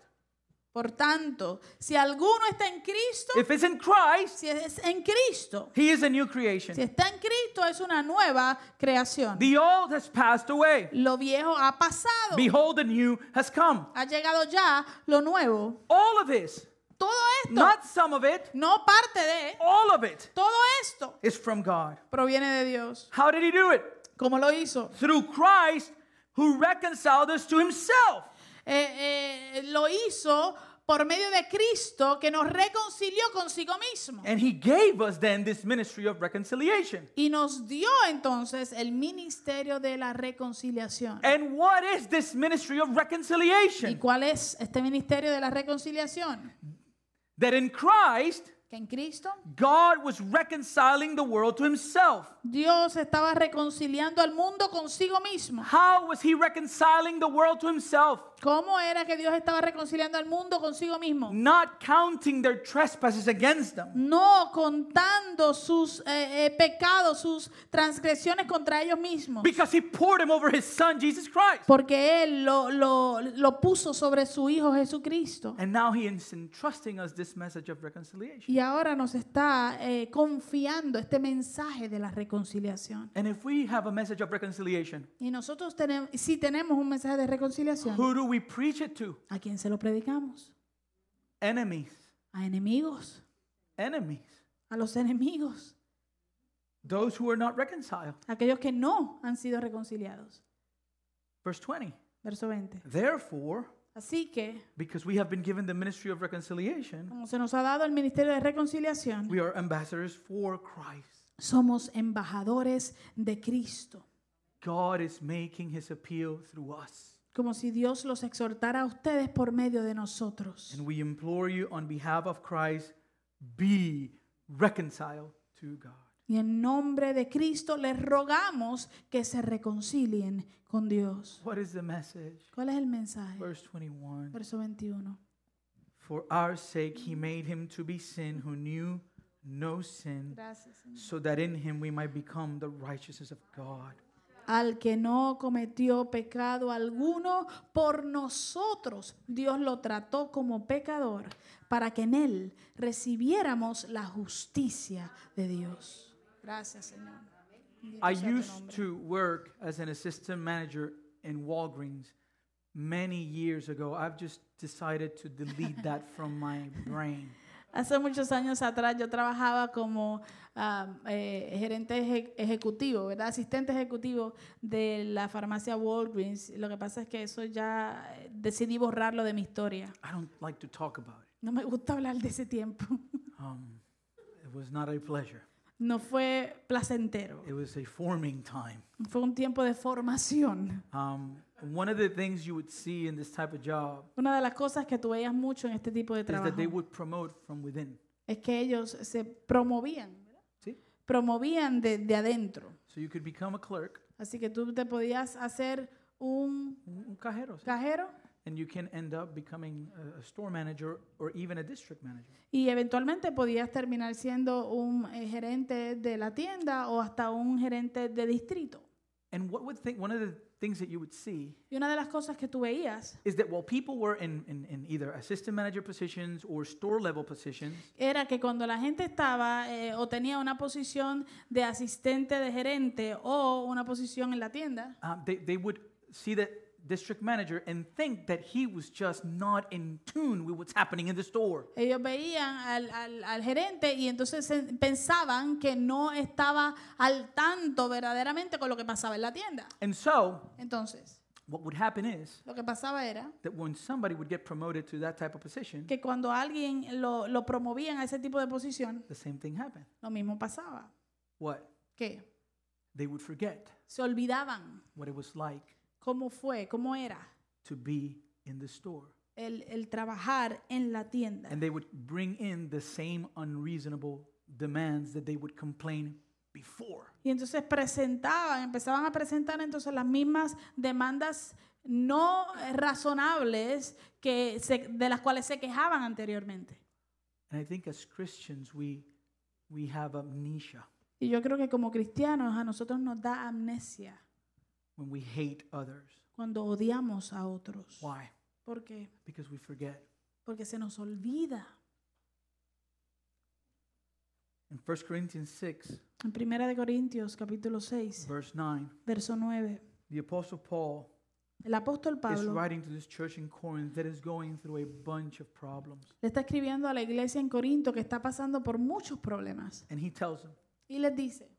Speaker 2: Por tanto, si alguno está en Cristo,
Speaker 1: if it's in Christ,
Speaker 2: si es en Cristo,
Speaker 1: he is a new
Speaker 2: si
Speaker 1: creation.
Speaker 2: está en Cristo es una nueva creación.
Speaker 1: The old has passed away.
Speaker 2: Lo viejo ha pasado,
Speaker 1: Behold, the new has come.
Speaker 2: ha llegado ya lo nuevo.
Speaker 1: All of this,
Speaker 2: Todo esto,
Speaker 1: not some of it,
Speaker 2: no parte de,
Speaker 1: all of it
Speaker 2: todo esto
Speaker 1: is from God.
Speaker 2: proviene de Dios.
Speaker 1: How did he do it?
Speaker 2: ¿Cómo lo hizo?
Speaker 1: Through Christ, who reconciled us to himself.
Speaker 2: Eh, eh, lo hizo por medio de Cristo que nos reconcilió consigo mismo.
Speaker 1: And he gave us then this ministry of reconciliation.
Speaker 2: Y nos dio entonces el ministerio de la reconciliación.
Speaker 1: And what is this ministry of
Speaker 2: ¿Y
Speaker 1: reconciliation?
Speaker 2: cuál es este ministerio de la reconciliación?
Speaker 1: That in Christ,
Speaker 2: Que en Cristo
Speaker 1: God was reconciling the world to himself.
Speaker 2: Dios estaba reconciliando al mundo consigo mismo.
Speaker 1: How was he reconciling the world to himself?
Speaker 2: ¿Cómo era que Dios estaba reconciliando al mundo consigo mismo?
Speaker 1: Not counting their trespasses against them.
Speaker 2: No contando sus eh, eh, pecados, sus transgresiones contra ellos mismos.
Speaker 1: Because he poured them over his son, Jesus Christ.
Speaker 2: Porque Él lo, lo- lo puso sobre su Hijo Jesucristo.
Speaker 1: And now he is entrusting us this message of reconciliation.
Speaker 2: Y ahora nos está eh, confiando este mensaje de la reconciliación.
Speaker 1: And if we have a message of reconciliation,
Speaker 2: Y nosotros tenemos, si tenemos un mensaje de reconciliación,
Speaker 1: who do we preach it to?
Speaker 2: ¿a quién se lo predicamos?
Speaker 1: Enemies.
Speaker 2: A enemigos,
Speaker 1: Enemies.
Speaker 2: a los enemigos.
Speaker 1: Those who are not reconciled.
Speaker 2: aquellos que no han sido reconciliados.
Speaker 1: Verse 20.
Speaker 2: Verso 20.
Speaker 1: Therefore,
Speaker 2: Así que,
Speaker 1: Because we have been given the ministry of reconciliation,
Speaker 2: como se nos ha dado el ministerio de reconciliación,
Speaker 1: we are ambassadors for Christ.
Speaker 2: somos embajadores de Cristo,
Speaker 1: God is making his appeal through us.
Speaker 2: como si Dios los exhortara a ustedes por medio de nosotros.
Speaker 1: And we implore you on behalf of Christ be reconciled to God.
Speaker 2: Y en nombre de Cristo les rogamos que se reconcilien con Dios.
Speaker 1: What is the message?
Speaker 2: ¿Cuál es el mensaje?
Speaker 1: Verse 21
Speaker 2: Verso 21.
Speaker 1: For our sake he made him to be sin who knew no sin,
Speaker 2: Gracias. Señor.
Speaker 1: so that in him we might become the righteousness of God.
Speaker 2: Al que no cometió pecado alguno, por nosotros Dios lo trató como pecador, para que en él recibiéramos la justicia de Dios. Gracias, Señor. Bendito
Speaker 1: I
Speaker 2: sea tu
Speaker 1: used
Speaker 2: nombre.
Speaker 1: to work as an assistant manager in Walgreens many years ago. I've just decided to delete that from my brain.
Speaker 2: Hace muchos años atrás yo trabajaba como ah, eh, gerente eje- ejecutivo, ¿verdad? Asistente ejecutivo de la farmacia Walgreens. Lo que pasa es que eso ya eh, decidí borrarlo de mi historia.
Speaker 1: I don't like to talk about it.
Speaker 2: No me gusta hablar de ese tiempo.
Speaker 1: Um, it was not a pleasure.
Speaker 2: No fue placentero.
Speaker 1: It was a forming time.
Speaker 2: Fue un tiempo de formación.
Speaker 1: Um, one of the things you would see in this type of job
Speaker 2: Una de las cosas que tú veías mucho en este tipo de
Speaker 1: is
Speaker 2: trabajo
Speaker 1: that they would promote from within.
Speaker 2: es que ellos se promovían, ¿verdad?
Speaker 1: Sí.
Speaker 2: promovían de, de adentro.
Speaker 1: So you could become a clerk,
Speaker 2: Así que tú te podías hacer un
Speaker 1: un un cajero, sí,
Speaker 2: cajero
Speaker 1: and you can end up becoming a, a store manager or even a district manager.
Speaker 2: y eventualmente podías terminar siendo un eh, gerente de la tienda o hasta un gerente de distrito.
Speaker 1: And what would think one of the things that you would see
Speaker 2: Y una de las cosas que tú veías
Speaker 1: is that while people were in, in, in either assistant manager positions or store level positions,
Speaker 2: era que cuando la gente estaba eh, o tenía una posición de asistente de gerente o una posición en la tienda,
Speaker 1: um, they, they would see that district manager and think that he was just not in tune with what's happening in the store.
Speaker 2: Ellos veían al, al- al gerente y entonces se- pensaban que no estaba al tanto verdaderamente con lo que pasaba en la tienda.
Speaker 1: And so,
Speaker 2: Entonces,
Speaker 1: what would happen is
Speaker 2: lo que pasaba era
Speaker 1: that when somebody would get promoted to that type of position,
Speaker 2: que cuando alguien lo, lo promovían a ese tipo de posición,
Speaker 1: the same thing happened.
Speaker 2: lo mismo pasaba.
Speaker 1: What?
Speaker 2: que
Speaker 1: They would forget
Speaker 2: Se olvidaban
Speaker 1: what it was like
Speaker 2: cómo fue, cómo era
Speaker 1: to be in the store.
Speaker 2: el, el trabajar en la tienda.
Speaker 1: And they would bring in the same unreasonable demands that they would complain before.
Speaker 2: Y entonces presentaban, empezaban a presentar entonces las mismas demandas no razonables que se- de las cuales se quejaban anteriormente.
Speaker 1: And I think as Christians, we, we have amnesia
Speaker 2: Y yo creo que como cristianos a nosotros nos da amnesia
Speaker 1: when we hate others.
Speaker 2: cuando odiamos a otros.
Speaker 1: Why?
Speaker 2: ¿Por qué?
Speaker 1: Because we forget.
Speaker 2: Porque se nos olvida.
Speaker 1: In 1 Corinthians 6,
Speaker 2: En 1 de Corintios capítulo 6,
Speaker 1: verse 9,
Speaker 2: verso 9,
Speaker 1: the Apostle Paul
Speaker 2: el apóstol
Speaker 1: is
Speaker 2: Pablo
Speaker 1: writing to this church in Corinth that is going through a bunch of problems.
Speaker 2: le está escribiendo a la iglesia en Corinto que está pasando por muchos problemas
Speaker 1: And he tells them,
Speaker 2: y les dice,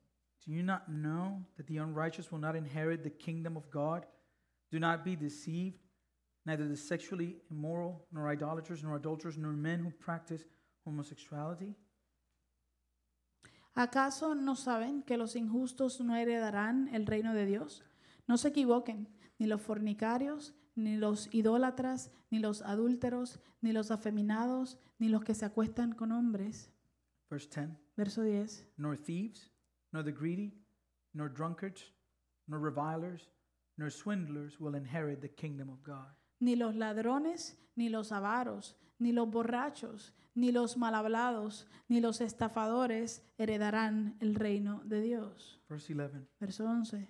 Speaker 1: Do you not know that the unrighteous will not inherit the kingdom of God? Do not be deceived. Neither the sexually immoral, nor idolaters, nor adulterers, nor men who practice homosexuality.
Speaker 2: ¿Acaso no saben que los injustos no heredarán el reino de Dios? No se equivoquen, ni los fornicarios, ni los idólatras, ni los adúlteros, ni los afeminados, ni los que se acuestan con hombres.
Speaker 1: Verse 10
Speaker 2: Verso 10.
Speaker 1: Nor thieves, nor the greedy, nor drunkards, nor revilers, nor swindlers will inherit the kingdom of God.
Speaker 2: Ni los ladrones, ni los avaros, ni los borrachos, ni los malhablados, ni los estafadores heredarán el reino de Dios.
Speaker 1: Verse 11
Speaker 2: Verso 11.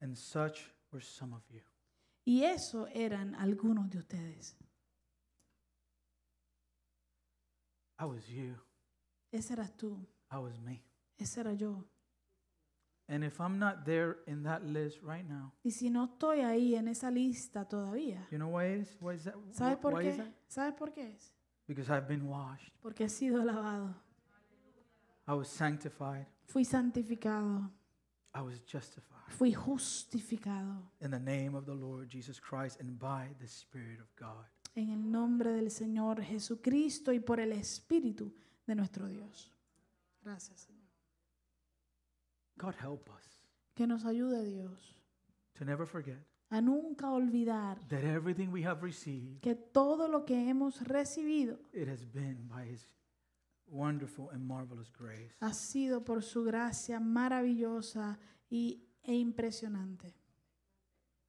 Speaker 1: And such were some of you.
Speaker 2: Y eso eran algunos de ustedes.
Speaker 1: I was you.
Speaker 2: Ese eras tú,
Speaker 1: I was me.
Speaker 2: ese era yo.
Speaker 1: And if I'm not there in that list right now,
Speaker 2: Y si no estoy ahí en esa lista todavía,
Speaker 1: you know why it is? Why is that?
Speaker 2: ¿sabes
Speaker 1: Wh-
Speaker 2: por
Speaker 1: why is that?
Speaker 2: qué? ¿Sabes por qué es?
Speaker 1: Because I've been washed.
Speaker 2: Porque he sido lavado,
Speaker 1: I was sanctified.
Speaker 2: fui santificado,
Speaker 1: I was justified
Speaker 2: fui justificado
Speaker 1: in the name of the Lord Jesus Christ and by the Spirit of God.
Speaker 2: en el nombre del Señor Jesucristo y por el Espíritu de nuestro Dios. Gracias, Señor.
Speaker 1: God help us
Speaker 2: Que nos ayude Dios
Speaker 1: to never forget
Speaker 2: a nunca olvidar
Speaker 1: that everything we have received,
Speaker 2: que todo lo que hemos recibido
Speaker 1: it has been by His wonderful and marvelous grace.
Speaker 2: ha sido por su gracia maravillosa y, e impresionante.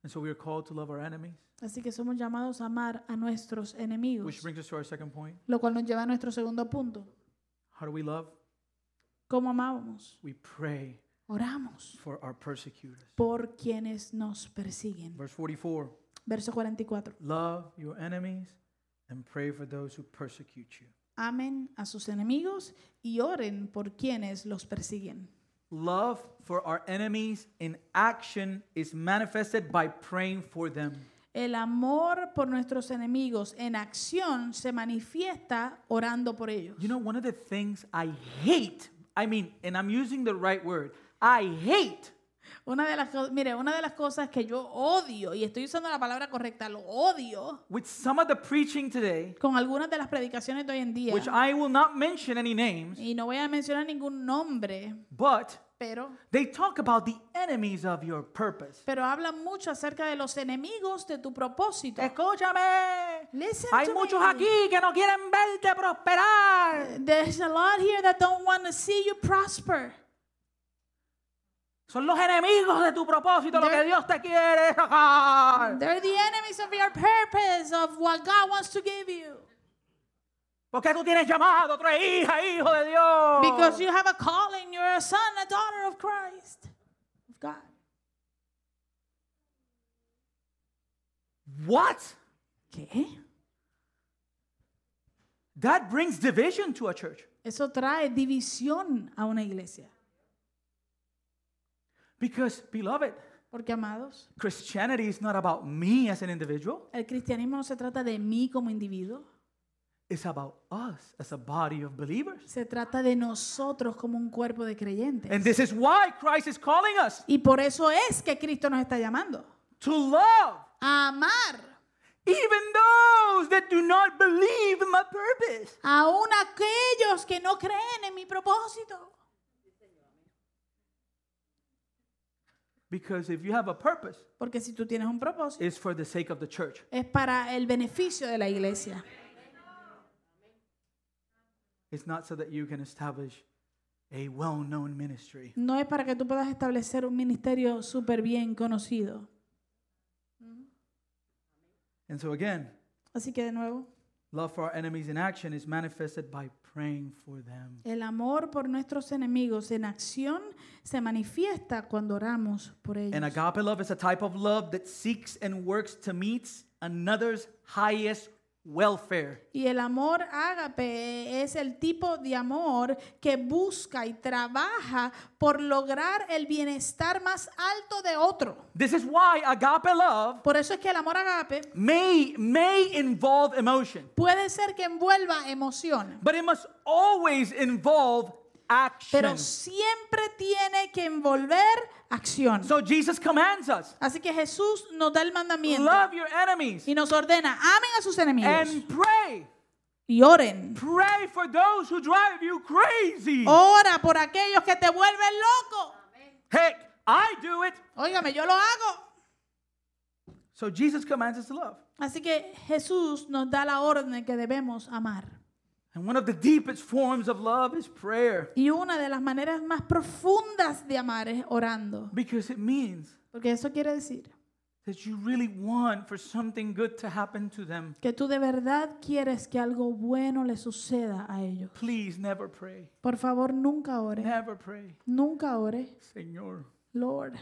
Speaker 1: And so we are called to love our enemies,
Speaker 2: Así que somos llamados a amar a nuestros enemigos.
Speaker 1: which brings us to our second point.
Speaker 2: Lo cual nos lleva a nuestro segundo punto.
Speaker 1: How do we love?
Speaker 2: ¿Cómo amábamos?
Speaker 1: We pray
Speaker 2: Oramos
Speaker 1: for our persecutors.
Speaker 2: por quienes nos persiguen.
Speaker 1: Verse 44
Speaker 2: Verso 44.
Speaker 1: Love your enemies and pray for those who persecute you.
Speaker 2: Amen a sus enemigos y oren por quienes los persiguen.
Speaker 1: Love for our enemies in action is manifested by praying for them.
Speaker 2: El amor por nuestros enemigos en acción se manifiesta orando por ellos.
Speaker 1: You know, one of the things I hate, I mean, and I'm using the right word, I hate
Speaker 2: Una de las co- mire, una de las cosas que yo odio y estoy usando la palabra correcta, lo odio
Speaker 1: with some of the preaching today,
Speaker 2: con algunas de las predicaciones de hoy en día.
Speaker 1: which I will not mention any names,
Speaker 2: Y no voy a mencionar ningún nombre,
Speaker 1: but
Speaker 2: pero
Speaker 1: they talk about the enemies of your purpose.
Speaker 2: pero hablan mucho acerca de los enemigos de tu propósito.
Speaker 1: Escúchame.
Speaker 2: Listen
Speaker 1: Hay
Speaker 2: to
Speaker 1: muchos
Speaker 2: me.
Speaker 1: aquí que no quieren verte prosperar.
Speaker 2: There's a lot here that don't want to see you prosper.
Speaker 1: Son los enemigos de tu propósito, lo que
Speaker 2: They're-
Speaker 1: Dios te quiere sacar.
Speaker 2: They're the enemies of your purpose, of what God wants to give you.
Speaker 1: Porque tú tienes llamado, tú eres hija, hijo de Dios.
Speaker 2: Because you have a calling, you're a son, a daughter of Christ, of God.
Speaker 1: What?
Speaker 2: ¿Qué?
Speaker 1: That brings division to a church.
Speaker 2: Eso trae división a una iglesia.
Speaker 1: Because, beloved,
Speaker 2: Porque, amados,
Speaker 1: Christianity is not about me as an individual.
Speaker 2: el cristianismo no se trata de mí como individuo,
Speaker 1: It's about us as a body of believers.
Speaker 2: se trata de nosotros como un cuerpo de creyentes.
Speaker 1: And this is why Christ is calling us
Speaker 2: Y por eso es que Cristo nos está llamando
Speaker 1: to love
Speaker 2: a amar
Speaker 1: even those that do not believe in my purpose.
Speaker 2: aún aquellos que no creen en mi propósito.
Speaker 1: Because if you have a purpose,
Speaker 2: Porque si tú tienes un propósito,
Speaker 1: it's for the sake of the church.
Speaker 2: es para el beneficio de la iglesia.
Speaker 1: It's not so that you can establish a well known ministry.
Speaker 2: No es para que tú puedas establecer un ministerio súper bien conocido.
Speaker 1: And so, again,
Speaker 2: Así que de nuevo,
Speaker 1: love for our enemies in action is manifested by praying for them.
Speaker 2: el amor por nuestros enemigos en acción se manifiesta cuando oramos por
Speaker 1: And
Speaker 2: ellos.
Speaker 1: agape love is a type of love that seeks and works to meet another's highest welfare.
Speaker 2: Y el amor ágape es el tipo de amor que busca y trabaja por lograr el bienestar más alto de otro.
Speaker 1: This is why agape love
Speaker 2: Por eso es que el amor ágape
Speaker 1: may may involve emotion,
Speaker 2: puede ser que envuelva emoción,
Speaker 1: but it must always involve action.
Speaker 2: pero siempre tiene que envolver acción.
Speaker 1: So Jesus commands us,
Speaker 2: Así que Jesús nos da el mandamiento
Speaker 1: love your enemies
Speaker 2: y nos ordena, amen a sus enemigos
Speaker 1: and pray.
Speaker 2: y oren.
Speaker 1: Pray for those who drive you crazy.
Speaker 2: Ora por aquellos que te vuelven loco.
Speaker 1: Heck, I do it.
Speaker 2: Óigame, yo lo hago.
Speaker 1: So Jesus commands us to love.
Speaker 2: Así que Jesús nos da la orden que debemos amar.
Speaker 1: And one of the deepest forms of love is prayer
Speaker 2: Y una de las maneras más profundas de amar es orando.
Speaker 1: because it means
Speaker 2: Porque eso quiere decir
Speaker 1: that you really want for something good to happen to them.
Speaker 2: que tú de verdad quieres que algo bueno le suceda a ellos.
Speaker 1: Please never pray.
Speaker 2: Por favor, nunca ore.
Speaker 1: Never pray.
Speaker 2: Nunca ore.
Speaker 1: Señor,
Speaker 2: Lord,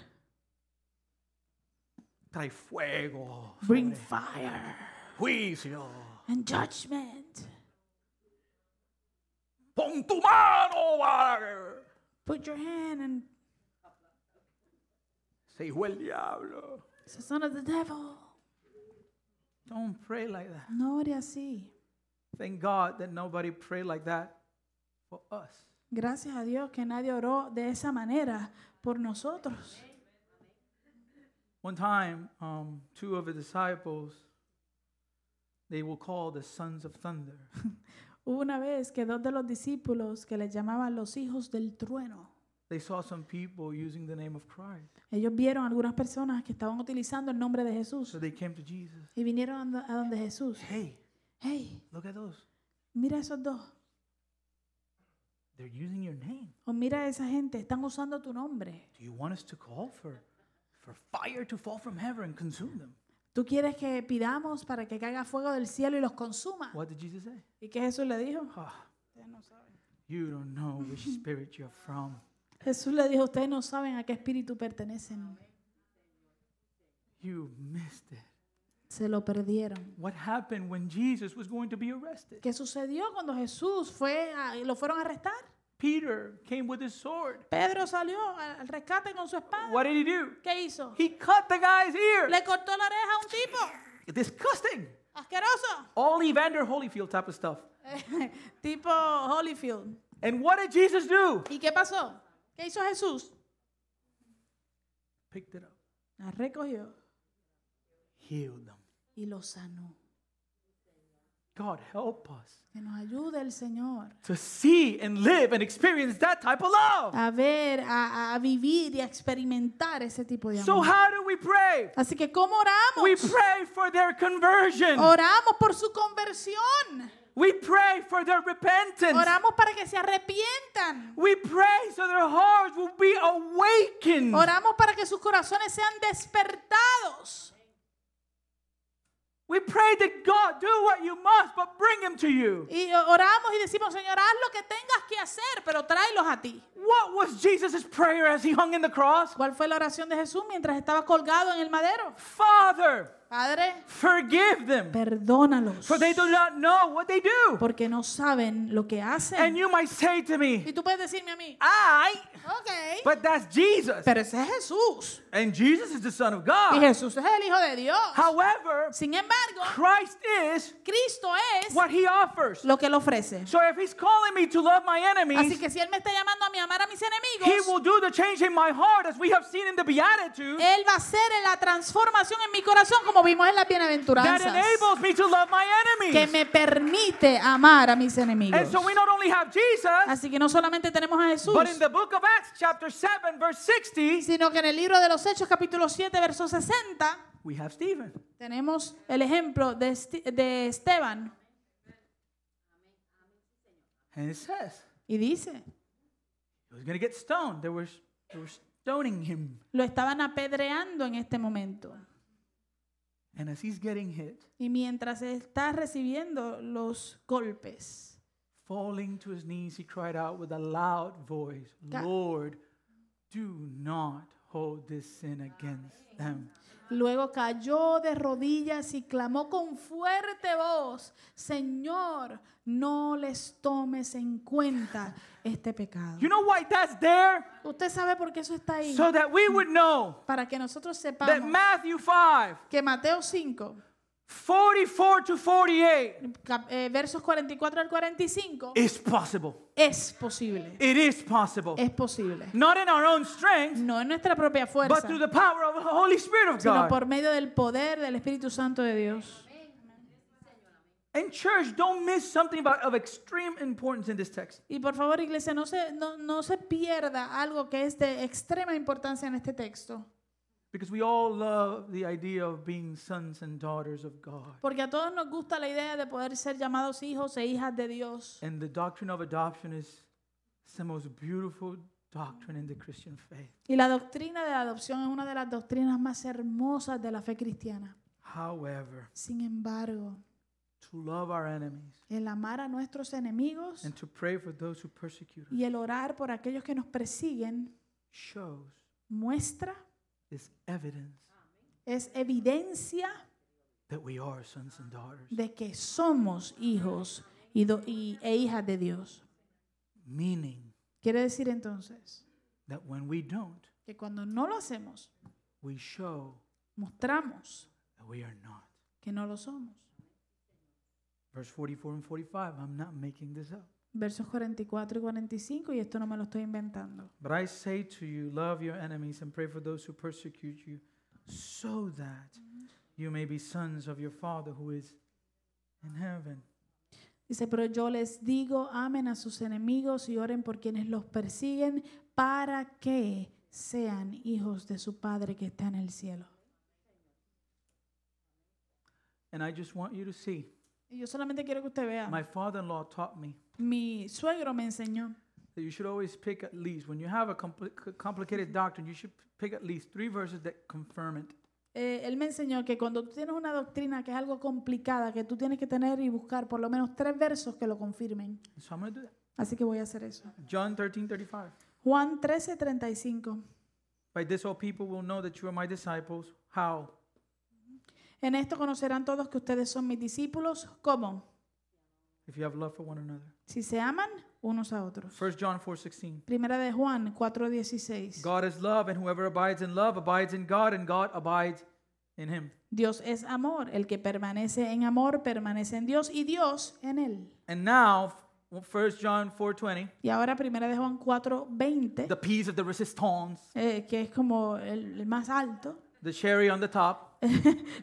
Speaker 1: trae fuego.
Speaker 2: bring fire
Speaker 1: juicio.
Speaker 2: and judgment.
Speaker 1: Pon tu mano, Wagner.
Speaker 2: Put your hand and
Speaker 1: Se hijo el diablo.
Speaker 2: it's the son of the devil.
Speaker 1: Don't pray like that.
Speaker 2: No ore así.
Speaker 1: Thank God that nobody prayed like that for us.
Speaker 2: Gracias a Dios que nadie oró de esa manera por nosotros.
Speaker 1: One time, um, two of the disciples, they were called the sons of thunder. <laughs>
Speaker 2: Hubo una vez que dos de los discípulos que les llamaban los hijos del trueno,
Speaker 1: They saw some people using the name of Christ.
Speaker 2: ellos vieron algunas personas que estaban utilizando el nombre de
Speaker 1: So
Speaker 2: Jesús
Speaker 1: they came to Jesus.
Speaker 2: y vinieron a donde- a donde Jesús.
Speaker 1: Hey,
Speaker 2: Hey,
Speaker 1: look at those.
Speaker 2: mira esos dos.
Speaker 1: They're using your name.
Speaker 2: O Oh, mira a esa gente, están usando tu nombre.
Speaker 1: Do you want us to call for, for fire to fall from heaven and consume them?
Speaker 2: Tú quieres que pidamos para que caiga fuego del cielo y los consuma.
Speaker 1: What did Jesus say?
Speaker 2: ¿Y qué Jesús le dijo? Oh,
Speaker 1: Ah,
Speaker 2: Ustedes no saben.
Speaker 1: you don't know <laughs> which spirit you're from.
Speaker 2: Jesús le dijo, ustedes no saben a qué espíritu pertenecen.
Speaker 1: You missed it.
Speaker 2: Se lo perdieron.
Speaker 1: What happened when Jesus was going to be arrested?
Speaker 2: ¿Qué sucedió cuando Jesús fue a- lo fueron a arrestar?
Speaker 1: Peter came with his sword.
Speaker 2: Pedro salió al al rescate con su espada.
Speaker 1: What did he do?
Speaker 2: ¿Qué hizo?
Speaker 1: He cut the guy's ear.
Speaker 2: Le cortó la oreja a un tipo.
Speaker 1: Disgusting.
Speaker 2: Asqueroso. <laughs>
Speaker 1: All Evander Holyfield type of stuff.
Speaker 2: tipo Holyfield.
Speaker 1: And what did Jesus do?
Speaker 2: ¿Y qué pasó? ¿Qué hizo Jesús?
Speaker 1: Picked it up,
Speaker 2: La recogió
Speaker 1: healed them.
Speaker 2: y lo sanó.
Speaker 1: God help us
Speaker 2: Que nos ayude el Señor
Speaker 1: to see and live and experience that type of love.
Speaker 2: a ver, a, a- a vivir y a experimentar ese tipo de amor.
Speaker 1: So how do we pray?
Speaker 2: Así que ¿cómo
Speaker 1: We
Speaker 2: oramos?
Speaker 1: pray for their conversion.
Speaker 2: Oramos por su conversión.
Speaker 1: We pray for their repentance.
Speaker 2: Oramos para que se arrepientan.
Speaker 1: We pray so their hearts will be awakened.
Speaker 2: Oramos para que sus corazones sean despertados.
Speaker 1: We pray that God do what you must, but bring him to you.
Speaker 2: Y oramos y decimos, Señor, haz lo que tengas que hacer, pero tráelos a ti.
Speaker 1: What was Jesus' prayer as he hung in the cross?
Speaker 2: ¿Cuál fue la oración de Jesús mientras estaba colgado en el madero?
Speaker 1: Father,
Speaker 2: Padre,
Speaker 1: forgive them,
Speaker 2: perdónalos.
Speaker 1: for they do not know what they do.
Speaker 2: Porque no saben lo que
Speaker 1: And
Speaker 2: hacen.
Speaker 1: you might say to me,
Speaker 2: Y tú puedes decirme a mí,
Speaker 1: I,
Speaker 2: ok,
Speaker 1: but that's Jesus.
Speaker 2: pero ese es Jesús.
Speaker 1: And Jesus is the Son of
Speaker 2: Y
Speaker 1: God.
Speaker 2: Jesús es el Hijo de Dios.
Speaker 1: However,
Speaker 2: Sin embargo,
Speaker 1: Christ is
Speaker 2: Cristo es
Speaker 1: what he offers.
Speaker 2: lo que le ofrece.
Speaker 1: So if he's calling me to love my
Speaker 2: Así
Speaker 1: enemies,
Speaker 2: que si Él me está llamando a mí a amar a mis
Speaker 1: he
Speaker 2: enemigos,
Speaker 1: will do the change in my heart as we have seen in the Beatitudes
Speaker 2: Él va a hacer la transformación en mi corazón, como vimos en las
Speaker 1: that
Speaker 2: bienaventuranzas,
Speaker 1: enables me to love my
Speaker 2: que
Speaker 1: enemies.
Speaker 2: me permite amar a mis
Speaker 1: And
Speaker 2: enemigos.
Speaker 1: so we not only have Jesus,
Speaker 2: Así que no solamente tenemos a Jesús,
Speaker 1: but in the book of Acts, chapter 7, verse 60,
Speaker 2: sino que en el libro de los Hechos, capítulo 7, verso 60,
Speaker 1: we have Stephen.
Speaker 2: tenemos el ejemplo de, Esti- de Esteban.
Speaker 1: And it says
Speaker 2: Y dice,
Speaker 1: he was going to get stoned. There was, they were stoning him.
Speaker 2: lo estaban apedreando en este momento.
Speaker 1: And as he's getting hit,
Speaker 2: Y mientras está recibiendo los golpes,
Speaker 1: falling to his knees, he cried out with a loud voice,
Speaker 2: Ca-
Speaker 1: Lord, do not hold this sin against them.
Speaker 2: Luego cayó de rodillas y clamó con fuerte voz, Señor, no les tomes en cuenta este pecado.
Speaker 1: You know why that's there?
Speaker 2: Usted sabe por qué eso está ahí.
Speaker 1: So that we would know
Speaker 2: Para que nosotros
Speaker 1: that
Speaker 2: sepamos
Speaker 1: Matthew 5,
Speaker 2: que Mateo 5,
Speaker 1: 44 to 48
Speaker 2: cap- eh, versos 44 al 45,
Speaker 1: is possible.
Speaker 2: es posible.
Speaker 1: It is possible.
Speaker 2: Es posible.
Speaker 1: Not in our own strength,
Speaker 2: No en nuestra propia
Speaker 1: but
Speaker 2: fuerza,
Speaker 1: through the power of the Holy Spirit of
Speaker 2: sino
Speaker 1: God.
Speaker 2: por medio del poder del Espíritu Santo de Dios.
Speaker 1: And church, don't miss something about of extreme importance in this text.
Speaker 2: Y por favor, iglesia, no se, no, no se pierda algo que es de extrema importancia en este texto.
Speaker 1: Because we all love the idea of being sons and daughters of God.
Speaker 2: Porque a todos nos gusta la idea de poder ser llamados hijos e hijas de Dios.
Speaker 1: And the doctrine of adoption is the most beautiful doctrine in the Christian faith.
Speaker 2: Y la doctrina de la adopción es una de las doctrinas más hermosas de la fe cristiana.
Speaker 1: However,
Speaker 2: Sin embargo,
Speaker 1: to love our enemies
Speaker 2: el amar a nuestros enemigos
Speaker 1: and to pray for those who persecute us
Speaker 2: y el orar por aquellos que nos persiguen
Speaker 1: shows
Speaker 2: muestra,
Speaker 1: is evidence
Speaker 2: es evidencia
Speaker 1: that we are sons and daughters,
Speaker 2: de que somos hijos y do- y- e hijas de Dios.
Speaker 1: meaning
Speaker 2: Quiere decir entonces
Speaker 1: that when we don't,
Speaker 2: que cuando no lo hacemos,
Speaker 1: we show
Speaker 2: mostramos
Speaker 1: that we are not.
Speaker 2: que no lo somos.
Speaker 1: Verse 44 and 45, I'm not making this up.
Speaker 2: Versos 44 y 45, y esto no me lo estoy inventando.
Speaker 1: But I say to you, love your enemies and pray for those who persecute you, so that you may be sons of your Father who is in heaven.
Speaker 2: Dice, pero yo les digo, amen a sus enemigos y oren por quienes los persiguen para que sean hijos de su Padre que está en el cielo.
Speaker 1: And I just want you to see,
Speaker 2: Y yo solamente quiero que usted vea,
Speaker 1: my father in law taught me
Speaker 2: mi suegro me enseñó
Speaker 1: that you should always pick at least, when you have a compli- c- complicated doctrine, you should pick at least three verses that confirm it.
Speaker 2: Eh, él me enseñó que cuando tú tienes una doctrina que es algo complicada, que tú tienes que tener y buscar por lo menos tres versos que lo confirmen.
Speaker 1: So I'm going to do that.
Speaker 2: Así que voy a hacer eso.
Speaker 1: John 13, 35.
Speaker 2: Juan 13, 35.
Speaker 1: By this all people will know that you are my disciples. How?
Speaker 2: En esto conocerán todos que ustedes son mis discípulos. ¿Cómo?
Speaker 1: If you have love for one another.
Speaker 2: Si se aman unos a otros.
Speaker 1: 1 John 4:16.
Speaker 2: Primera de Juan 4:16.
Speaker 1: God is love, and whoever abides in love abides in God, and God abides in him.
Speaker 2: Dios es amor, el que permanece en amor permanece en Dios y Dios en él.
Speaker 1: And now 1 John 4:20,
Speaker 2: Y ahora Primera de Juan 4:20,
Speaker 1: the piece of the resistance,
Speaker 2: eh, que es como el, el más alto,
Speaker 1: the cherry on the top.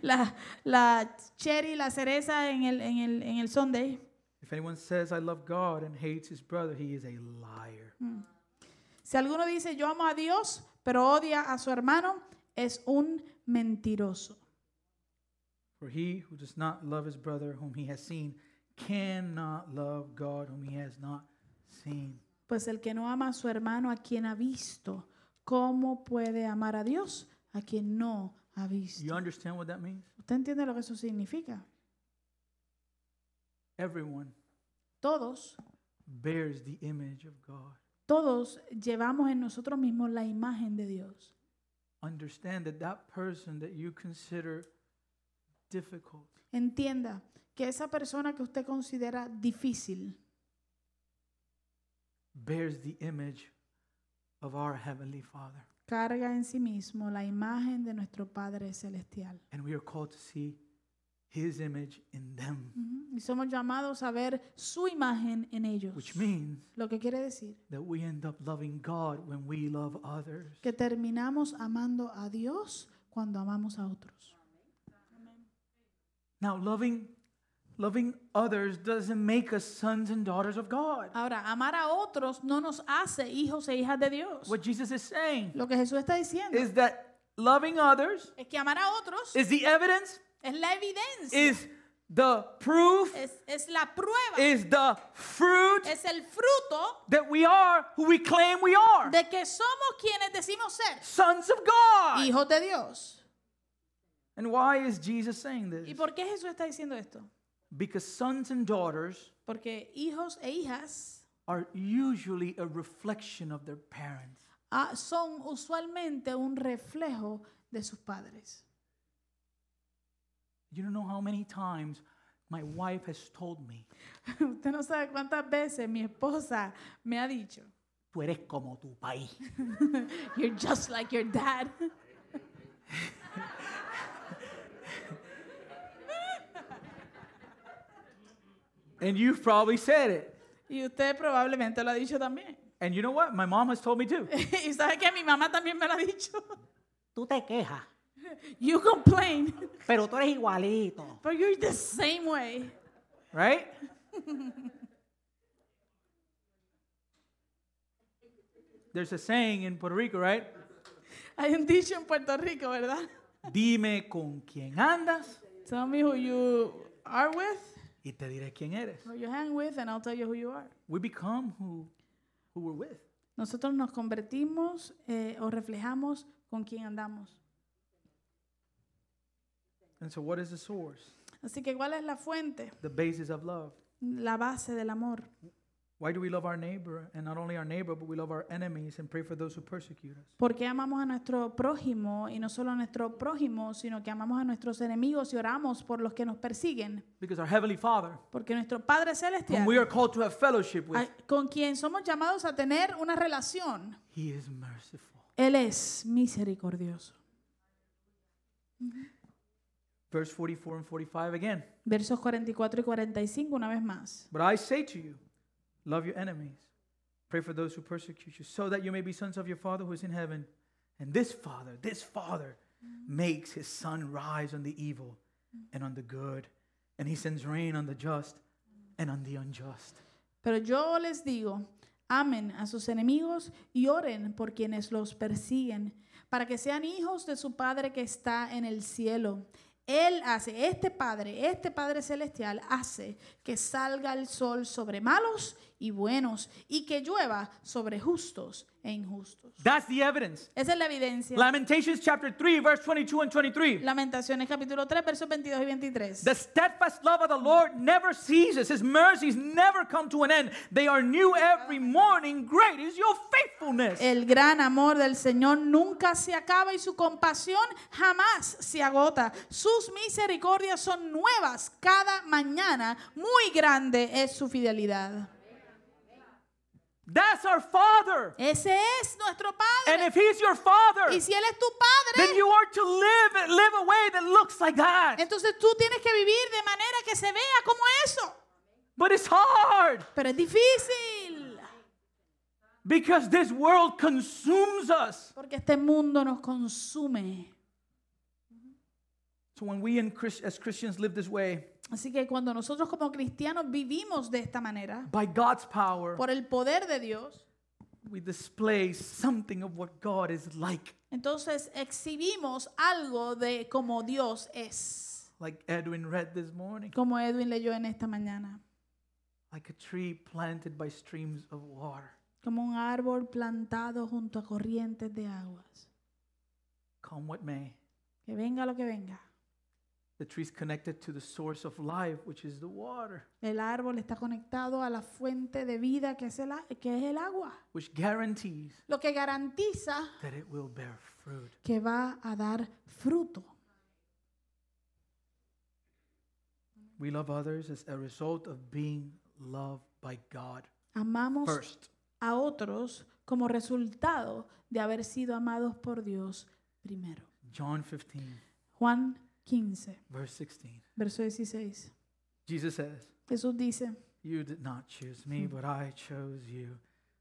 Speaker 2: la, la cherry, la cereza en el, en el, en el Sunday.
Speaker 1: If anyone says I love God and hates his brother, he is a liar.
Speaker 2: Si alguno dice yo amo a Dios, pero odia a su hermano, es un mentiroso.
Speaker 1: For he who does not love his brother whom he has seen cannot love God whom he has not seen.
Speaker 2: Pues el que no ama a su hermano a quien ha visto, ¿cómo puede amar a Dios a quien no ha
Speaker 1: You
Speaker 2: visto?
Speaker 1: understand what that means?
Speaker 2: ¿Usted entiende lo que eso significa?
Speaker 1: Everyone
Speaker 2: Todos,
Speaker 1: bears the image of God.
Speaker 2: todos llevamos en nosotros mismos la imagen de Dios.
Speaker 1: Understand that that person that you consider difficult
Speaker 2: Entienda que esa persona que usted considera difícil
Speaker 1: bears the image of our Heavenly Father.
Speaker 2: carga en sí mismo la imagen de nuestro Padre Celestial.
Speaker 1: And we are called to see His image in them,
Speaker 2: Ujú, Y somos llamados a ver su imagen en ellos.
Speaker 1: which means
Speaker 2: Lo que quiere decir
Speaker 1: that we end up loving God when we love others.
Speaker 2: que terminamos amando a Dios cuando amamos a otros.
Speaker 1: Now, loving, loving others doesn't make us sons and daughters of God.
Speaker 2: Ahora, amar a otros no nos hace hijos e hijas de Dios.
Speaker 1: What Jesus is saying
Speaker 2: Lo que Jesús está diciendo
Speaker 1: is that loving others
Speaker 2: es que amar a otros
Speaker 1: is the evidence,
Speaker 2: es la evidencia,
Speaker 1: is the proof,
Speaker 2: es, es la prueba,
Speaker 1: is the fruit
Speaker 2: es el fruto
Speaker 1: that we are who we claim we are
Speaker 2: de que somos quienes decimos ser
Speaker 1: sons of God.
Speaker 2: hijos de Dios.
Speaker 1: And why is Jesus saying
Speaker 2: ¿Y
Speaker 1: this?
Speaker 2: por qué Jesús está diciendo esto?
Speaker 1: Because sons and daughters
Speaker 2: Porque hijos e hijas
Speaker 1: are usually a reflection of their parents.
Speaker 2: ah, son usualmente un reflejo de sus padres. <laughs>
Speaker 1: You don't know how many times my wife has told me,
Speaker 2: Usted no sabe cuántas veces mi esposa me ha dicho,
Speaker 1: Tú eres como tu
Speaker 3: <laughs>
Speaker 1: país.
Speaker 2: You're just like your dad. <laughs>
Speaker 1: And you've probably said it.
Speaker 2: Y usted probablemente lo ha dicho también.
Speaker 1: And you know what? My mom has told me too.
Speaker 2: <laughs> y sabe que mi mamá también me lo ha dicho.
Speaker 3: <laughs>
Speaker 2: <laughs>
Speaker 3: Tú te quejas,
Speaker 2: You complain, <laughs>
Speaker 3: pero tú eres igualito.
Speaker 2: but you're the same way.
Speaker 3: <laughs>
Speaker 1: Right? There's a saying in Puerto Rico, right?
Speaker 2: Hay un dicho en Puerto Rico, ¿verdad?
Speaker 1: Dime con quién andas
Speaker 2: Tell me who you are with,
Speaker 1: y te diré quién eres.
Speaker 2: who you hang with, and I'll tell you who you are.
Speaker 1: We become who, who we're with.
Speaker 2: Nosotros nos convertimos eh, o reflejamos con quien andamos.
Speaker 1: And so, what is the source,
Speaker 2: Así que, ¿cuál es la fuente?
Speaker 1: the basis of love?
Speaker 2: La base del amor.
Speaker 1: Why do we love our neighbor? And not only our neighbor, but we love our enemies and pray for those who persecute us.
Speaker 2: ¿Por qué amamos a nuestro prójimo? Y no solo a nuestro prójimo, sino que amamos a nuestros enemigos y oramos por los que nos persiguen.
Speaker 1: Because our Heavenly Father,
Speaker 2: Porque nuestro
Speaker 1: whom
Speaker 2: Padre
Speaker 1: we
Speaker 2: Celestial,
Speaker 1: are called to have fellowship with,
Speaker 2: a- con quien somos llamados a tener una relación,
Speaker 1: He is merciful.
Speaker 2: Él es misericordioso.
Speaker 1: Verse 44 and 45 again.
Speaker 2: Versos 44 y 45 una vez más.
Speaker 1: But I say to you, love your enemies, pray for those who persecute you, so that you may be sons of your Father who is in heaven. And this Father, this Father makes his sun rise on the evil and on the good, and he sends rain on the just and on the unjust.
Speaker 2: Pero yo les digo, amen a sus enemigos y oren por quienes los persiguen, para que sean hijos de su Padre que está en el cielo. Él hace, este Padre, este Padre Celestial hace que salga el sol sobre malos y buenos y que llueva sobre justos e injustos.
Speaker 1: That's the evidence.
Speaker 2: Esa es la evidencia.
Speaker 1: Lamentations chapter 3, verse 22 and 23.
Speaker 2: Lamentaciones capítulo 3, versos 22 y 23.
Speaker 1: The steadfast love of the Lord never ceases. His mercies never come to an end. They are new every morning. Great is your faithfulness.
Speaker 2: El gran amor del Señor nunca se acaba y su compasión jamás se agota. Sus misericordias son nuevas cada mañana. Muy grande es su fidelidad.
Speaker 4: That's our Father.
Speaker 2: Ese es nuestro
Speaker 4: And
Speaker 2: Padre.
Speaker 4: if He's your Father,
Speaker 2: Y si Él es tu
Speaker 4: then
Speaker 2: Padre,
Speaker 4: you are to live live a way that looks like that.
Speaker 2: entonces tú tienes que vivir de manera que se vea como eso.
Speaker 4: But it's hard
Speaker 2: Pero es difícil.
Speaker 4: because this world consumes us.
Speaker 2: Porque este mundo nos consume.
Speaker 1: So when we in Chris, as Christians live this way,
Speaker 2: Así que cuando nosotros como cristianos vivimos de esta manera,
Speaker 1: by God's power,
Speaker 2: por el poder de Dios,
Speaker 1: we display something of what God is like.
Speaker 2: entonces exhibimos algo de como Dios es.
Speaker 1: Like Edwin read this morning,
Speaker 2: Como Edwin leyó en esta mañana.
Speaker 1: like a tree planted by streams of water,
Speaker 2: Como un árbol plantado junto a corrientes de aguas.
Speaker 1: come what may.
Speaker 2: Que venga lo que venga.
Speaker 1: The tree is connected to the source of life, which is the water,
Speaker 2: El árbol está conectado a la fuente de vida que es el, a- que es el agua,
Speaker 1: which guarantees
Speaker 2: lo que garantiza
Speaker 1: that it will bear fruit.
Speaker 2: que va a dar fruto.
Speaker 1: We love others as a result of being loved by God
Speaker 2: Amamos
Speaker 1: first.
Speaker 2: a otros como resultado de haber sido amados por Dios primero.
Speaker 1: John 15,
Speaker 2: Juan 15,
Speaker 1: verse 16.
Speaker 2: verso 16.
Speaker 1: Jesus says,
Speaker 2: Jesús dice,
Speaker 1: You did not choose me, but I chose you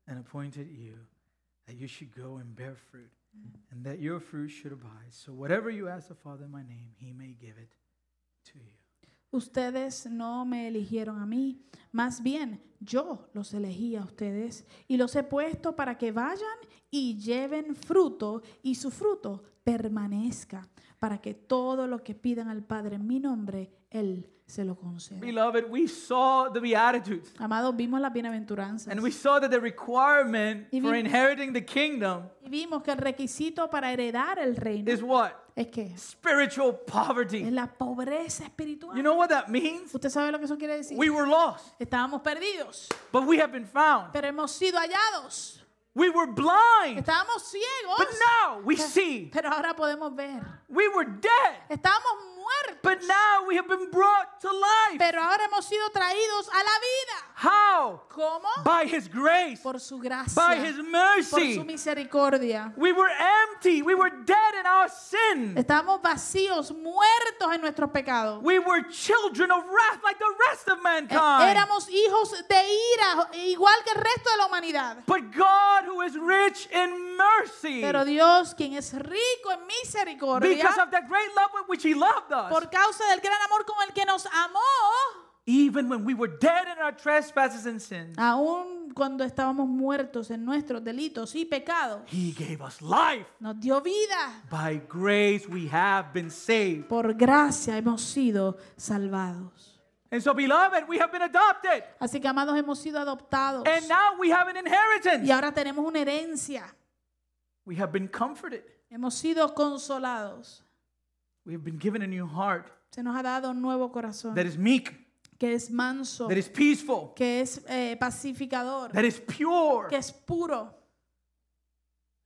Speaker 1: and appointed you that you should go and bear fruit and that your fruit should abide. So whatever you ask the Father in my name, he may give it to you.
Speaker 2: ustedes no me eligieron a mí, más bien yo los elegí a ustedes y los he puesto para que vayan y lleven fruto y su fruto permanezca, para que todo lo que pidan al Padre en mi nombre, Él se lo conceda.
Speaker 1: Beloved, we saw the Beatitudes
Speaker 2: Amados, vimos las bienaventuranzas.
Speaker 1: and we saw that the requirement
Speaker 2: Y
Speaker 1: for
Speaker 2: vi-
Speaker 1: inheriting the kingdom
Speaker 2: Y vimos que el requisito para heredar el reino
Speaker 1: is what?
Speaker 2: es que
Speaker 1: Spiritual
Speaker 2: es
Speaker 1: poverty.
Speaker 2: la pobreza espiritual.
Speaker 1: You know what that means?
Speaker 2: ¿Usted sabe lo que eso quiere decir?
Speaker 1: We were lost,
Speaker 2: Estábamos perdidos,
Speaker 1: but we have been found.
Speaker 2: pero hemos sido hallados.
Speaker 1: We were blind,
Speaker 2: Estábamos
Speaker 1: Mm. but
Speaker 2: ciegos,
Speaker 1: now we see.
Speaker 2: pero ahora podemos ver.
Speaker 1: We were dead,
Speaker 2: Estábamos
Speaker 1: But
Speaker 2: muertos,
Speaker 1: now we have been brought to life.
Speaker 2: pero ahora hemos sido traídos a la vida.
Speaker 1: How?
Speaker 2: ¿Cómo?
Speaker 1: By His grace,
Speaker 2: Por su
Speaker 1: by His
Speaker 2: gracia, por su
Speaker 1: mercy.
Speaker 2: misericordia.
Speaker 1: We were empty. We were dead in our sin.
Speaker 2: Estábamos vacíos, muertos en nuestros pecados.
Speaker 1: We were children of wrath like the rest of
Speaker 2: Eh,
Speaker 1: mankind.
Speaker 2: Éramos hijos de ira, igual que el resto de la humanidad.
Speaker 1: But God, who is rich in mercy,
Speaker 2: Pero Dios, quien es rico en misericordia,
Speaker 1: because of that great love with which He loved us,
Speaker 2: por causa del gran amor con el que nos amó,
Speaker 1: even when we were dead in our trespasses and sins,
Speaker 2: aun cuando estábamos muertos en nuestros delitos y pecados,
Speaker 1: He gave us life.
Speaker 2: nos dio vida.
Speaker 1: By grace, we have been saved.
Speaker 2: Por gracia hemos sido salvados.
Speaker 1: And so, beloved, we have been adopted.
Speaker 2: Así que, amados, hemos sido adoptados.
Speaker 1: And now we have an inheritance.
Speaker 2: Y ahora tenemos una herencia.
Speaker 1: We have been comforted.
Speaker 2: Hemos sido consolados.
Speaker 1: We have been given a new heart
Speaker 2: Se nos ha dado un nuevo corazón
Speaker 1: that is meek,
Speaker 2: que es manso,
Speaker 1: that is peaceful,
Speaker 2: que es eh, pacificador,
Speaker 1: that is pure.
Speaker 2: que es puro.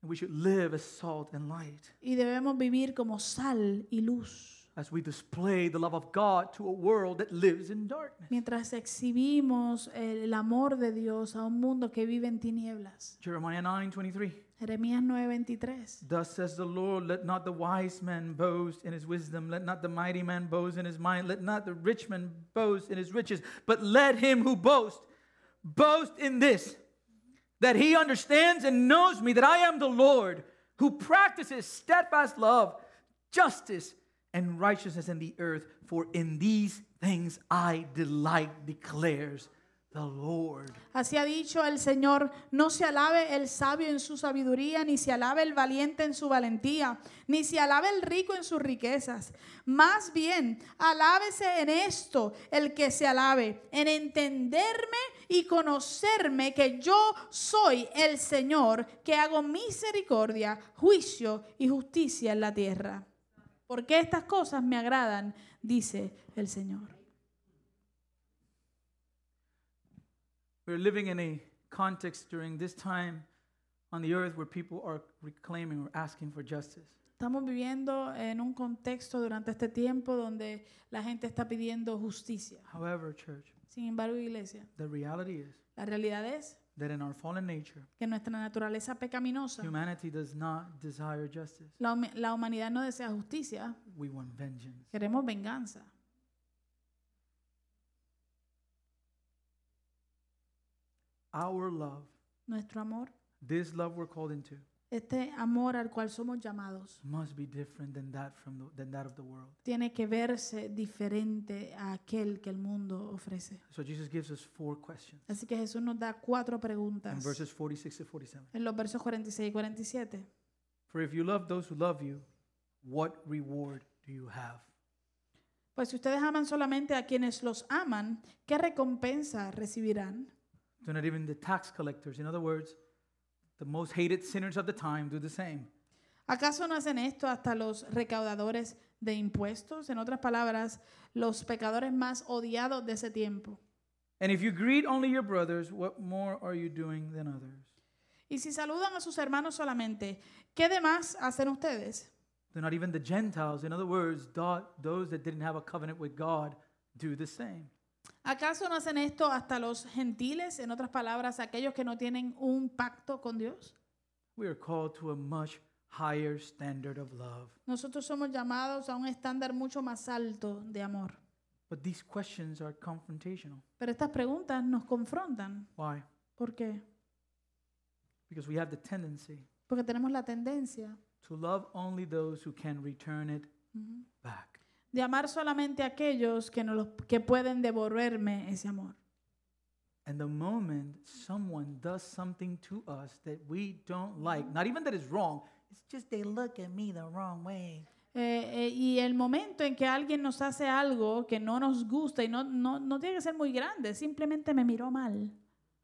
Speaker 1: We should live as salt and light
Speaker 2: Y debemos vivir como sal y luz.
Speaker 1: as we display the love of God to a world that lives in darkness.
Speaker 2: Mientras exhibimos el amor de Dios a un mundo que vive en tinieblas.
Speaker 1: Jeremiah 9 23.
Speaker 2: Jeremías 9:23.
Speaker 1: Thus says the Lord, let not the wise man boast in his wisdom, let not the mighty man boast in his mind, let not the rich man boast in his riches, but let him who boasts boast in this, that he understands and knows me, that I am the Lord, who practices steadfast love, justice, and righteousness in the earth, for in these things I delight, declares the Lord.
Speaker 2: Así ha dicho el Señor, no se alabe el sabio en su sabiduría, ni se alabe el valiente en su valentía, ni se alabe el rico en sus riquezas. Más bien, alábese en esto el que se alabe, en entenderme y conocerme que yo soy el Señor, que hago misericordia, juicio y justicia en la tierra. Porque estas cosas me agradan, dice el Señor.
Speaker 1: We're living in a context during this time on the earth where people are reclaiming or asking for justice.
Speaker 2: Estamos viviendo en un contexto durante este tiempo donde la gente está pidiendo justicia.
Speaker 1: However, church,
Speaker 2: Sin embargo, iglesia,
Speaker 1: the reality is
Speaker 2: la realidad es
Speaker 1: that in our fallen nature,
Speaker 2: que nuestra naturaleza pecaminosa,
Speaker 1: humanity does not desire justice.
Speaker 2: la, humi- la humanidad no desea justicia,
Speaker 1: We want vengeance.
Speaker 2: queremos venganza.
Speaker 1: Our love,
Speaker 2: Nuestro amor,
Speaker 1: this love we're called into,
Speaker 2: este amor al cual somos llamados,
Speaker 1: must be different than that from the, than that of the world.
Speaker 2: tiene que verse diferente a aquel que el mundo ofrece.
Speaker 1: So Jesus gives us four questions
Speaker 2: Así que Jesús nos da cuatro preguntas
Speaker 1: in verses 46 to 47.
Speaker 2: en los versos 46 y 47.
Speaker 1: For if you love those who love you, what reward do you have?
Speaker 2: Pues si ustedes aman solamente a quienes los aman, ¿qué recompensa recibirán?
Speaker 1: Do not even the tax collectors, in other words, the most hated sinners of the time, do the same.
Speaker 2: ¿Acaso no hacen esto hasta los recaudadores de impuestos? En otras palabras, los pecadores más odiados de ese tiempo.
Speaker 1: And if you greet only your brothers, what more are you doing than others?
Speaker 2: Y si saludan a sus hermanos solamente, ¿qué demás hacen ustedes?
Speaker 1: Do not even the Gentiles, in other words, tho- those that didn't have a covenant with God, do the same.
Speaker 2: ¿Acaso no hacen esto hasta los gentiles? En otras palabras, aquellos que no tienen un pacto con Dios.
Speaker 1: We are called to a much higher standard of love.
Speaker 2: Nosotros somos llamados a un estándar mucho más alto de amor.
Speaker 1: But these questions are confrontational.
Speaker 2: Pero estas preguntas nos confrontan.
Speaker 1: Why?
Speaker 2: ¿Por qué?
Speaker 1: Because we have the tendency
Speaker 2: Porque tenemos la tendencia
Speaker 1: to love only those who can return it
Speaker 2: ujú,
Speaker 1: back.
Speaker 2: de amar solamente a aquellos que, no los, que pueden devolverme ese amor.
Speaker 1: And the moment someone does something to us that we don't like, not even that is wrong,
Speaker 3: It's just they look at me the wrong way.
Speaker 2: Eh, eh, y el momento en que alguien nos hace algo que no nos gusta y no, no, no tiene que ser muy grande, simplemente me miró mal.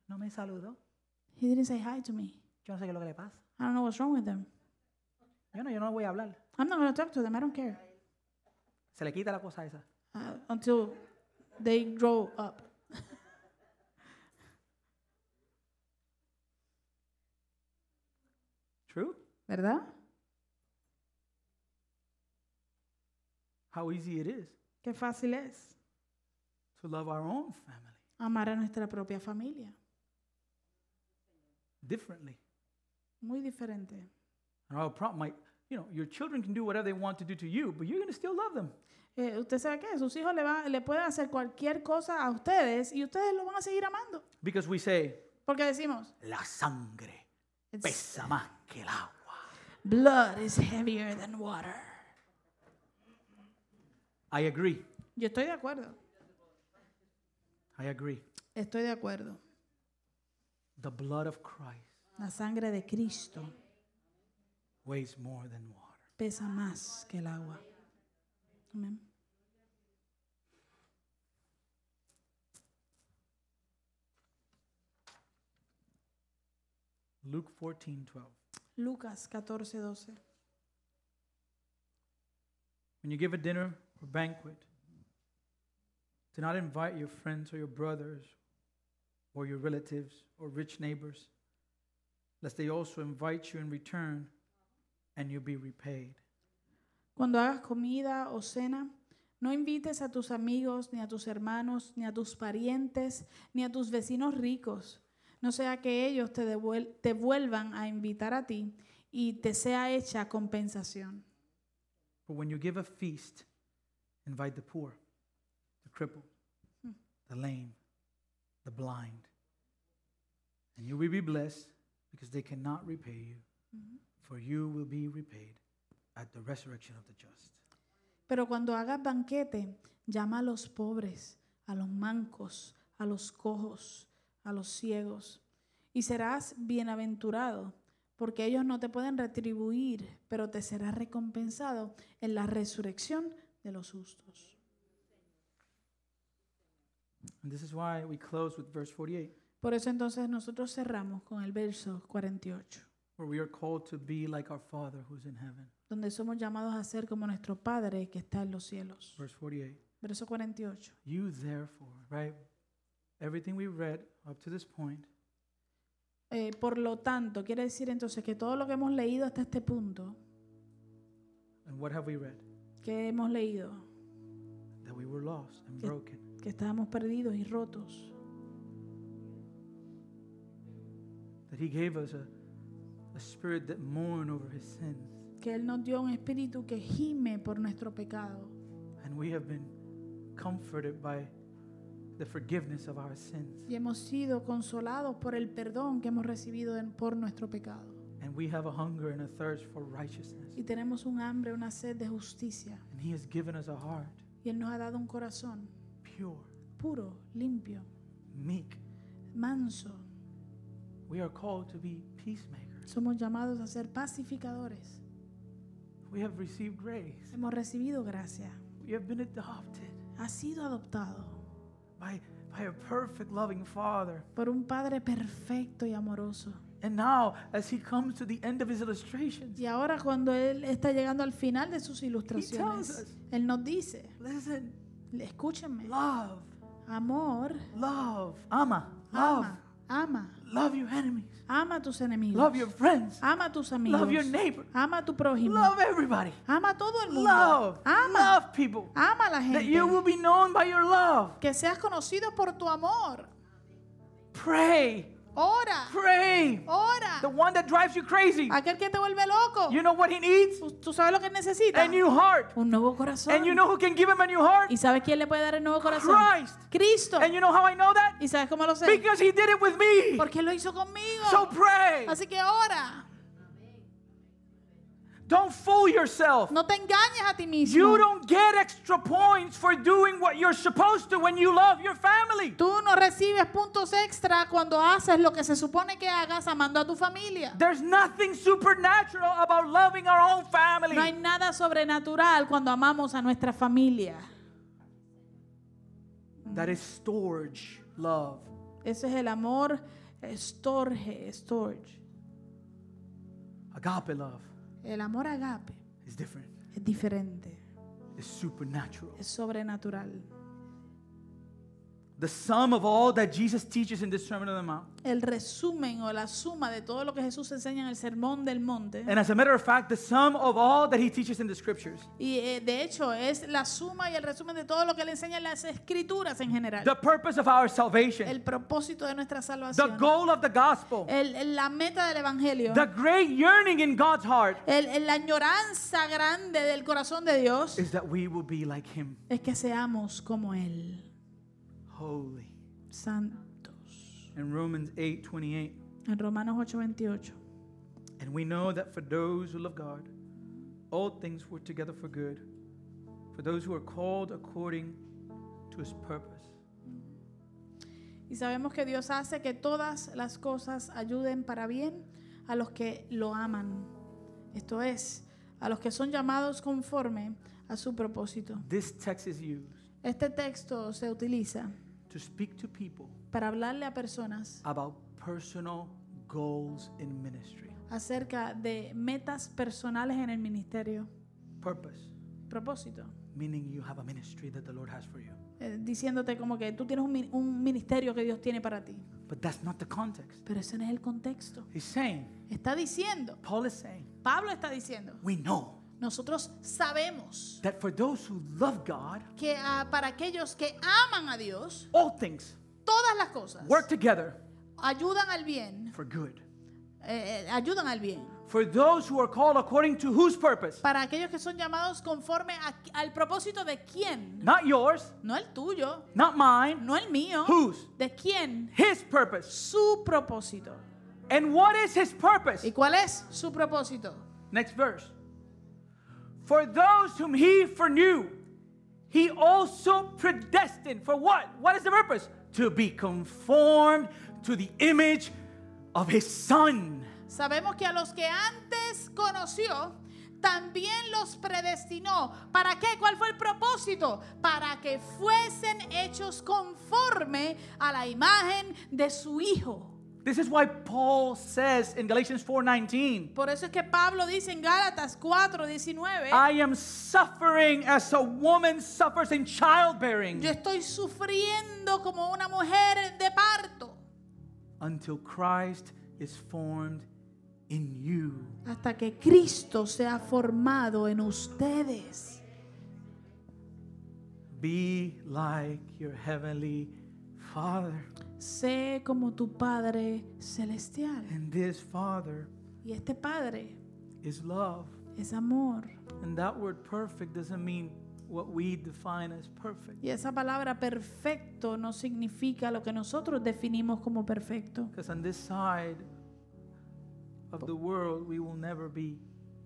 Speaker 3: No me saludó.
Speaker 2: He didn't say hi to me.
Speaker 3: Yo no sé qué es lo que le pasa.
Speaker 2: I don't know what's wrong with them.
Speaker 3: Yo no, yo no voy a hablar.
Speaker 2: I'm not going to talk to them. I don't care.
Speaker 3: Se le quita la cosa esa.
Speaker 2: Uh, until they grow up.
Speaker 1: true?
Speaker 2: ¿Verdad?
Speaker 1: How easy it is
Speaker 2: Qué fácil es
Speaker 1: to love our own family
Speaker 2: amar a nuestra propia familia.
Speaker 1: differently.
Speaker 2: Muy diferente.
Speaker 1: And our problem might, you know, your children can do whatever they want to do to you, but you're going to still love them.
Speaker 2: Eh, usted sabe que sus hijos le, va- le pueden hacer cualquier cosa a ustedes y ustedes lo van a seguir amando.
Speaker 1: Because we say,
Speaker 2: Porque decimos,
Speaker 1: la sangre
Speaker 2: "It's-
Speaker 1: pesa más que el agua.
Speaker 2: blood is heavier than water.
Speaker 1: I agree.
Speaker 2: Yo estoy de acuerdo.
Speaker 1: I agree.
Speaker 2: Estoy de acuerdo.
Speaker 1: The blood of Christ
Speaker 2: La sangre de Cristo
Speaker 1: weighs more than water.
Speaker 2: pesa más que el agua. Amén.
Speaker 1: Luke 14, 12.
Speaker 2: Lucas 14, 12.
Speaker 1: When you give a dinner or banquet, do not invite your friends or your brothers or your relatives or rich neighbors, lest they also invite you in return and you be repaid.
Speaker 2: Cuando hagas comida o cena, no invites a tus amigos, ni a tus hermanos, ni a tus parientes, ni a tus vecinos ricos, no sea que ellos te, devuel- te vuelvan a invitar a ti y te sea hecha compensación.
Speaker 1: But when you give a feast, invite the poor, the crippled,
Speaker 2: Hmm.
Speaker 1: the lame, the blind, and you will be blessed because they cannot repay you, for you will be repaid at the resurrection of the just.
Speaker 2: Pero cuando hagas banquete, llama a los pobres, a los mancos, a los cojos, a los ciegos, y serás bienaventurado, porque ellos no te pueden retribuir, pero te será recompensado en la resurrección de los justos.
Speaker 1: And this is why we close with verse 48,
Speaker 2: Por eso entonces nosotros cerramos con el verso 48,
Speaker 1: where we are called to be like our Father who's in heaven.
Speaker 2: donde somos llamados a ser como nuestro Padre que está en los cielos.
Speaker 1: Verse 48.
Speaker 2: Verso 48.
Speaker 1: You therefore, right? Everything we read up to this point
Speaker 2: Eh, por lo tanto, quiere decir entonces que todo lo que hemos leído hasta este punto,
Speaker 1: And what have we read?
Speaker 2: que hemos leído,
Speaker 1: That we were lost and
Speaker 2: Que-
Speaker 1: broken.
Speaker 2: que estábamos perdidos y rotos,
Speaker 1: that He gave us a, a spirit that mourn over His sins.
Speaker 2: que Él nos dio un espíritu que gime por nuestro pecado
Speaker 1: And we have been comforted by the forgiveness of our sins.
Speaker 2: y hemos sido consolados por el perdón que hemos recibido en- por nuestro pecado.
Speaker 1: And we have a hunger and a thirst for righteousness.
Speaker 2: Y tenemos un hambre, una sed de justicia.
Speaker 1: And He has given us a heart
Speaker 2: Y Él nos ha dado un corazón
Speaker 1: pure,
Speaker 2: puro, limpio,
Speaker 1: meek.
Speaker 2: manso.
Speaker 1: We are called to be peacemakers.
Speaker 2: Somos llamados a ser pacificadores.
Speaker 1: We have received grace.
Speaker 2: Hemos recibido gracia.
Speaker 1: We have been adopted
Speaker 2: Ha sido adoptado
Speaker 1: by, by a perfect, loving Father.
Speaker 2: por un Padre perfecto y amoroso.
Speaker 1: And now, as he comes to the end of his illustrations,
Speaker 2: Y ahora cuando Él está llegando al final de sus
Speaker 1: tells
Speaker 2: ilustraciones,
Speaker 1: us.
Speaker 2: Él nos dice,
Speaker 1: listen,
Speaker 2: escúchenme,
Speaker 1: love,
Speaker 2: amor,
Speaker 1: love, ama, love,
Speaker 2: ama, ama,
Speaker 1: love your enemies,
Speaker 2: ama a tus enemigos,
Speaker 1: love your friends,
Speaker 2: ama a tus amigos,
Speaker 1: love your neighbor,
Speaker 2: ama a tu prójimo,
Speaker 1: love everybody,
Speaker 2: ama a todo el mundo,
Speaker 1: love,
Speaker 2: ama,
Speaker 1: love people,
Speaker 2: ama a la
Speaker 1: that you
Speaker 2: gente,
Speaker 1: will be known by your love.
Speaker 2: que seas conocido por tu amor,
Speaker 1: Pray,
Speaker 2: ora,
Speaker 1: pray.
Speaker 2: ora,
Speaker 1: The one that drives you crazy,
Speaker 2: aquel que te vuelve loco,
Speaker 1: you know what he needs?
Speaker 2: tú, tú sabes lo que necesita,
Speaker 1: A new heart.
Speaker 2: un nuevo corazón,
Speaker 1: And you know who can give him a new heart?
Speaker 2: y sabes quién le puede dar el nuevo corazón,
Speaker 1: Christ.
Speaker 2: Cristo,
Speaker 1: And you know how I know that?
Speaker 2: y sabes cómo lo sé,
Speaker 1: Because he did it with me.
Speaker 2: porque lo hizo conmigo,
Speaker 1: So pray.
Speaker 2: así que ora,
Speaker 1: Don't fool yourself.
Speaker 2: no te engañes a ti mismo.
Speaker 1: You don't get extra points for doing what you're supposed to when you love your family.
Speaker 2: Tú no recibes puntos extra cuando haces lo que se supone que hagas amando a tu familia.
Speaker 1: There's nothing supernatural about loving our own
Speaker 2: No hay
Speaker 1: family.
Speaker 2: nada sobrenatural cuando amamos a nuestra familia.
Speaker 1: That is storage love.
Speaker 2: Ese es el amor eh, storge, storge.
Speaker 1: Agape love
Speaker 2: El amor agape
Speaker 1: is different,
Speaker 2: es diferente,
Speaker 1: it's supernatural.
Speaker 2: es sobrenatural.
Speaker 1: The sum of all that Jesus teaches in this Sermon on the Mount.
Speaker 2: El resumen o la suma de todo lo que Jesús enseña en el Sermón del Monte.
Speaker 1: And as a matter of fact, the sum of all that he teaches in the scriptures.
Speaker 2: Y eh, de hecho es la suma y el resumen de todo lo que le enseña en las escrituras en general.
Speaker 1: The purpose of our salvation,
Speaker 2: El propósito de nuestra
Speaker 1: the
Speaker 2: salvación.
Speaker 1: goal of the gospel,
Speaker 2: El- el- la meta del evangelio,
Speaker 1: the great yearning in God's heart
Speaker 2: el- el- la añoranza grande del corazón de Dios
Speaker 1: is that we will be like him,
Speaker 2: es que seamos como Él,
Speaker 1: holy.
Speaker 2: santos.
Speaker 1: In Romans 8 28.
Speaker 2: En Romanos 8:28.
Speaker 1: And we know that for those who love God, all things work together for good, for those who are called according to his purpose.
Speaker 2: Y sabemos que Dios hace que todas las cosas ayuden para bien a los que lo aman, esto es, a los que son llamados conforme a su propósito.
Speaker 1: This text is used
Speaker 2: Este texto se utiliza
Speaker 1: to speak to people
Speaker 2: para hablarle a personas
Speaker 1: about personal goals in ministry,
Speaker 2: acerca de metas personales en el ministerio,
Speaker 1: purpose.
Speaker 2: propósito.
Speaker 1: meaning you have a ministry that the Lord has for you.
Speaker 2: eh, diciéndote como que tú tienes un, mi- un ministerio que Dios tiene para ti.
Speaker 1: But that's not the context.
Speaker 2: Pero ese no es el contexto.
Speaker 1: He's saying,
Speaker 2: Está diciendo,
Speaker 1: Paul is saying,
Speaker 2: Pablo está diciendo,
Speaker 1: we know
Speaker 2: nosotros sabemos
Speaker 1: that for those who love God,
Speaker 2: que ah, para aquellos que aman a Dios,
Speaker 1: all things
Speaker 2: todas las cosas
Speaker 1: work together
Speaker 2: ayudan al bien,
Speaker 1: for good.
Speaker 2: eh, eh, ayudan al bien.
Speaker 1: For those who are called according to whose purpose?
Speaker 2: Para aquellos que son llamados conforme a- al propósito de quién,
Speaker 1: Not yours,
Speaker 2: no el tuyo,
Speaker 1: not mine,
Speaker 2: no el mío,
Speaker 1: Whose?
Speaker 2: de quién,
Speaker 1: his purpose.
Speaker 2: su propósito.
Speaker 1: And what is his purpose?
Speaker 2: ¿Y cuál es su propósito?
Speaker 1: Next verse. For those whom he foreknew, he also predestined. For what? What is the purpose? To be conformed to the image of his son.
Speaker 2: Sabemos que a los que antes conoció, también los predestinó. ¿Para qué? ¿Cuál fue el propósito? Para que fuesen hechos conforme a la imagen de su Hijo.
Speaker 1: This is why Paul says in Galatians 4:19,
Speaker 2: Por eso es que Pablo dice en Gálatas 4:19,
Speaker 1: I am suffering as a woman suffers in childbearing
Speaker 2: yo estoy sufriendo como una mujer de parto
Speaker 1: until Christ is formed in you.
Speaker 2: hasta que Cristo sea formado en ustedes.
Speaker 1: Be like your heavenly Father.
Speaker 2: sé como tu Padre celestial.
Speaker 1: And this Father
Speaker 2: Y este Padre
Speaker 1: is love.
Speaker 2: es amor.
Speaker 1: And that word perfect doesn't mean what we define as perfect.
Speaker 2: Y esa palabra perfecto no significa lo que nosotros definimos como perfecto.
Speaker 1: Because on this side of the world, we will never be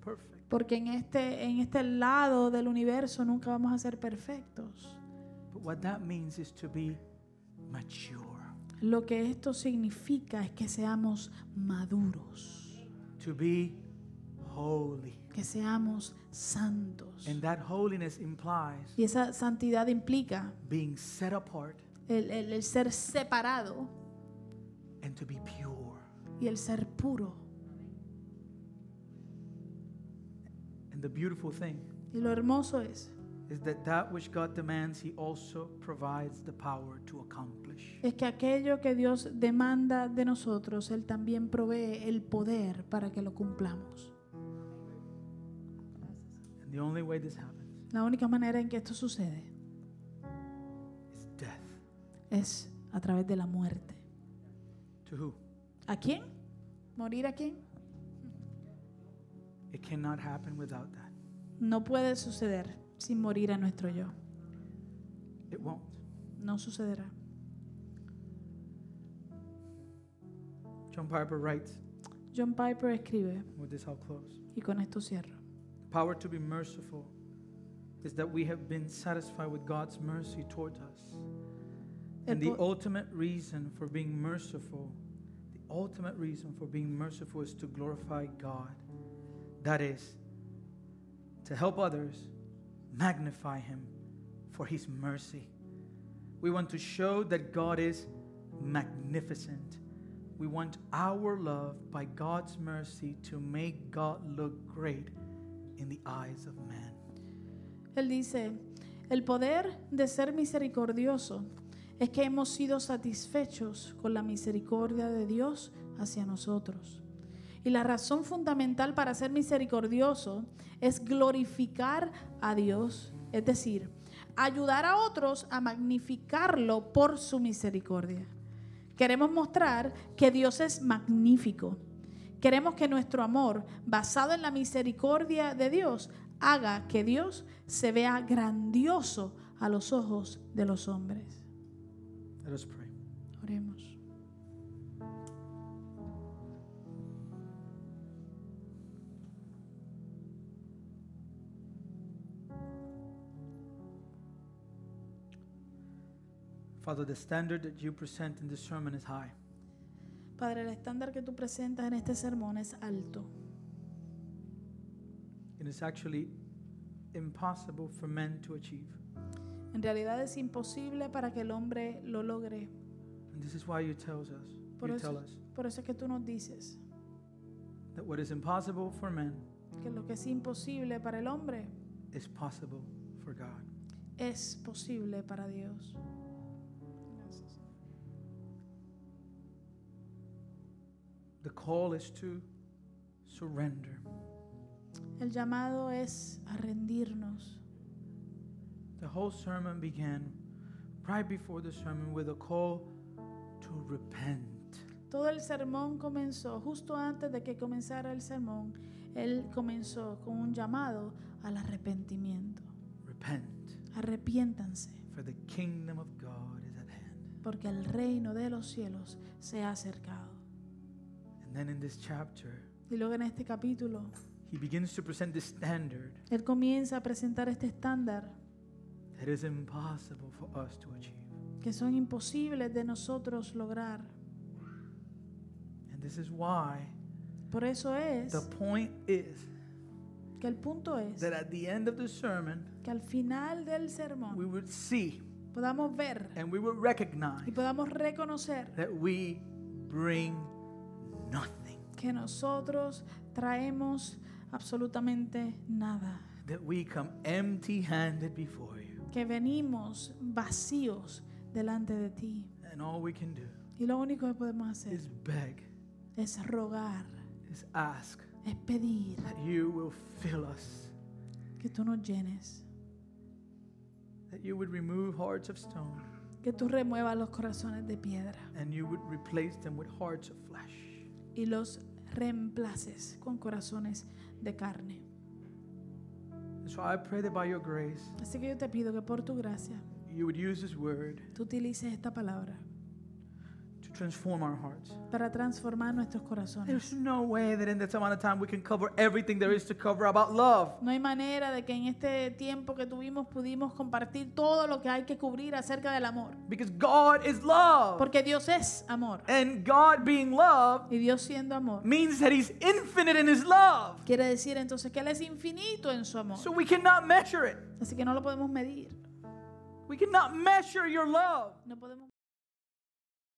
Speaker 1: perfect.
Speaker 2: Porque en este, en este lado del universo nunca vamos a ser perfectos.
Speaker 1: But what that means is to be mature,
Speaker 2: Lo que esto significa es que seamos maduros,
Speaker 1: to be holy.
Speaker 2: que seamos santos.
Speaker 1: And that holiness implies
Speaker 2: Y esa santidad implica
Speaker 1: being set apart
Speaker 2: el, el- el ser separado
Speaker 1: and to be pure.
Speaker 2: y el ser puro.
Speaker 1: And the beautiful thing
Speaker 2: Y lo hermoso es,
Speaker 1: is that that which God demands, He also provides the power to accomplish.
Speaker 2: es que aquello que Dios demanda de nosotros, Él también provee el poder para que lo cumplamos.
Speaker 1: And the only way this happens
Speaker 2: La única manera en que esto sucede
Speaker 1: is death.
Speaker 2: es a través de la muerte.
Speaker 1: To who?
Speaker 2: ¿A quién? ¿Morir a quién?
Speaker 1: It cannot happen without that.
Speaker 2: No puede suceder sin morir a nuestro yo.
Speaker 1: It won't.
Speaker 2: No sucederá.
Speaker 1: John Piper writes,
Speaker 2: John Piper escribe,
Speaker 1: with this I'll close.
Speaker 2: y con esto cierro.
Speaker 1: Power to be merciful is that we have been satisfied with God's mercy towards us.
Speaker 2: El
Speaker 1: And the
Speaker 2: po-
Speaker 1: ultimate reason for being merciful, the ultimate reason for being merciful is to glorify God. That is, to help others magnify Him for His mercy. We want to show that God is magnificent. We want our love by God's mercy to make God look great in the eyes of man.
Speaker 2: Él dice, el poder de ser misericordioso es que hemos sido satisfechos con la misericordia de Dios hacia nosotros. Y la razón fundamental para ser misericordioso es glorificar a Dios, es decir, ayudar a otros a magnificarlo por su misericordia. Queremos mostrar que Dios es magnífico. Queremos que nuestro amor, basado en la misericordia de Dios, haga que Dios se vea grandioso a los ojos de los hombres.
Speaker 1: Let us pray.
Speaker 2: Oremos.
Speaker 1: Father, the standard that you present in this sermon is high.
Speaker 2: Padre, el estándar que tú presentas en este sermón es alto.
Speaker 1: It is actually impossible for men to achieve.
Speaker 2: En realidad es imposible para que el hombre lo logre.
Speaker 1: And this is why you tells us,
Speaker 2: Por
Speaker 1: you
Speaker 2: eso-
Speaker 1: tell us
Speaker 2: Por eso es que tú nos dices
Speaker 1: that what is impossible for men
Speaker 2: que lo que es imposible para el hombre
Speaker 1: is possible for God.
Speaker 2: es posible para Dios. Gracias.
Speaker 1: The call is to surrender.
Speaker 2: El llamado es a rendirnos.
Speaker 1: The whole sermon began right before the sermon with a call to repent.
Speaker 2: Todo el sermón comenzó, justo antes de que comenzara el sermón, él comenzó con un llamado al arrepentimiento.
Speaker 1: Repent,
Speaker 2: Arrepiéntanse,
Speaker 1: for the kingdom of God is at hand.
Speaker 2: porque el reino de los cielos se ha acercado.
Speaker 1: And then in this chapter,
Speaker 2: Y luego en este capítulo,
Speaker 1: he begins to present the standard
Speaker 2: él comienza a presentar este estándar
Speaker 1: that is impossible for us to achieve.
Speaker 2: que son imposibles de nosotros lograr.
Speaker 1: And this is why
Speaker 2: Por eso es
Speaker 1: the point is
Speaker 2: que el punto es
Speaker 1: that at the end of the sermon,
Speaker 2: que al final del
Speaker 1: we
Speaker 2: sermón
Speaker 1: would see
Speaker 2: podamos ver
Speaker 1: and we would recognize
Speaker 2: y podamos reconocer
Speaker 1: that we bring nothing,
Speaker 2: que nosotros traemos absolutamente nada,
Speaker 1: that we come empty handed before you.
Speaker 2: que venimos vacíos delante de ti.
Speaker 1: And all we can do
Speaker 2: Y lo único que podemos hacer
Speaker 1: is beg,
Speaker 2: es rogar,
Speaker 1: is ask
Speaker 2: es pedir
Speaker 1: that you will fill us,
Speaker 2: que tú nos llenes,
Speaker 1: that you would remove hearts of stone,
Speaker 2: que tú remuevas los corazones de piedra
Speaker 1: and you would replace them with hearts of flesh.
Speaker 2: y los reemplaces con corazones de carne.
Speaker 1: And so I pray that by your grace,
Speaker 2: Así que yo te pido que por tu gracia
Speaker 1: you would use this word
Speaker 2: tú utilices esta palabra
Speaker 1: to transform our hearts.
Speaker 2: para transformar nuestros corazones.
Speaker 1: There's no way that in this amount of time we can cover everything there is to cover about love.
Speaker 2: No hay manera de que en este tiempo que tuvimos pudimos compartir todo lo que hay que cubrir acerca del amor.
Speaker 1: Because God is love.
Speaker 2: Porque Dios es amor.
Speaker 1: And God being love
Speaker 2: Y Dios siendo amor.
Speaker 1: means that He's infinite in His love.
Speaker 2: Quiere decir entonces que Él es infinito en su amor.
Speaker 1: So we cannot measure it.
Speaker 2: Así que no lo podemos medir.
Speaker 1: We cannot measure your love.
Speaker 2: No podemos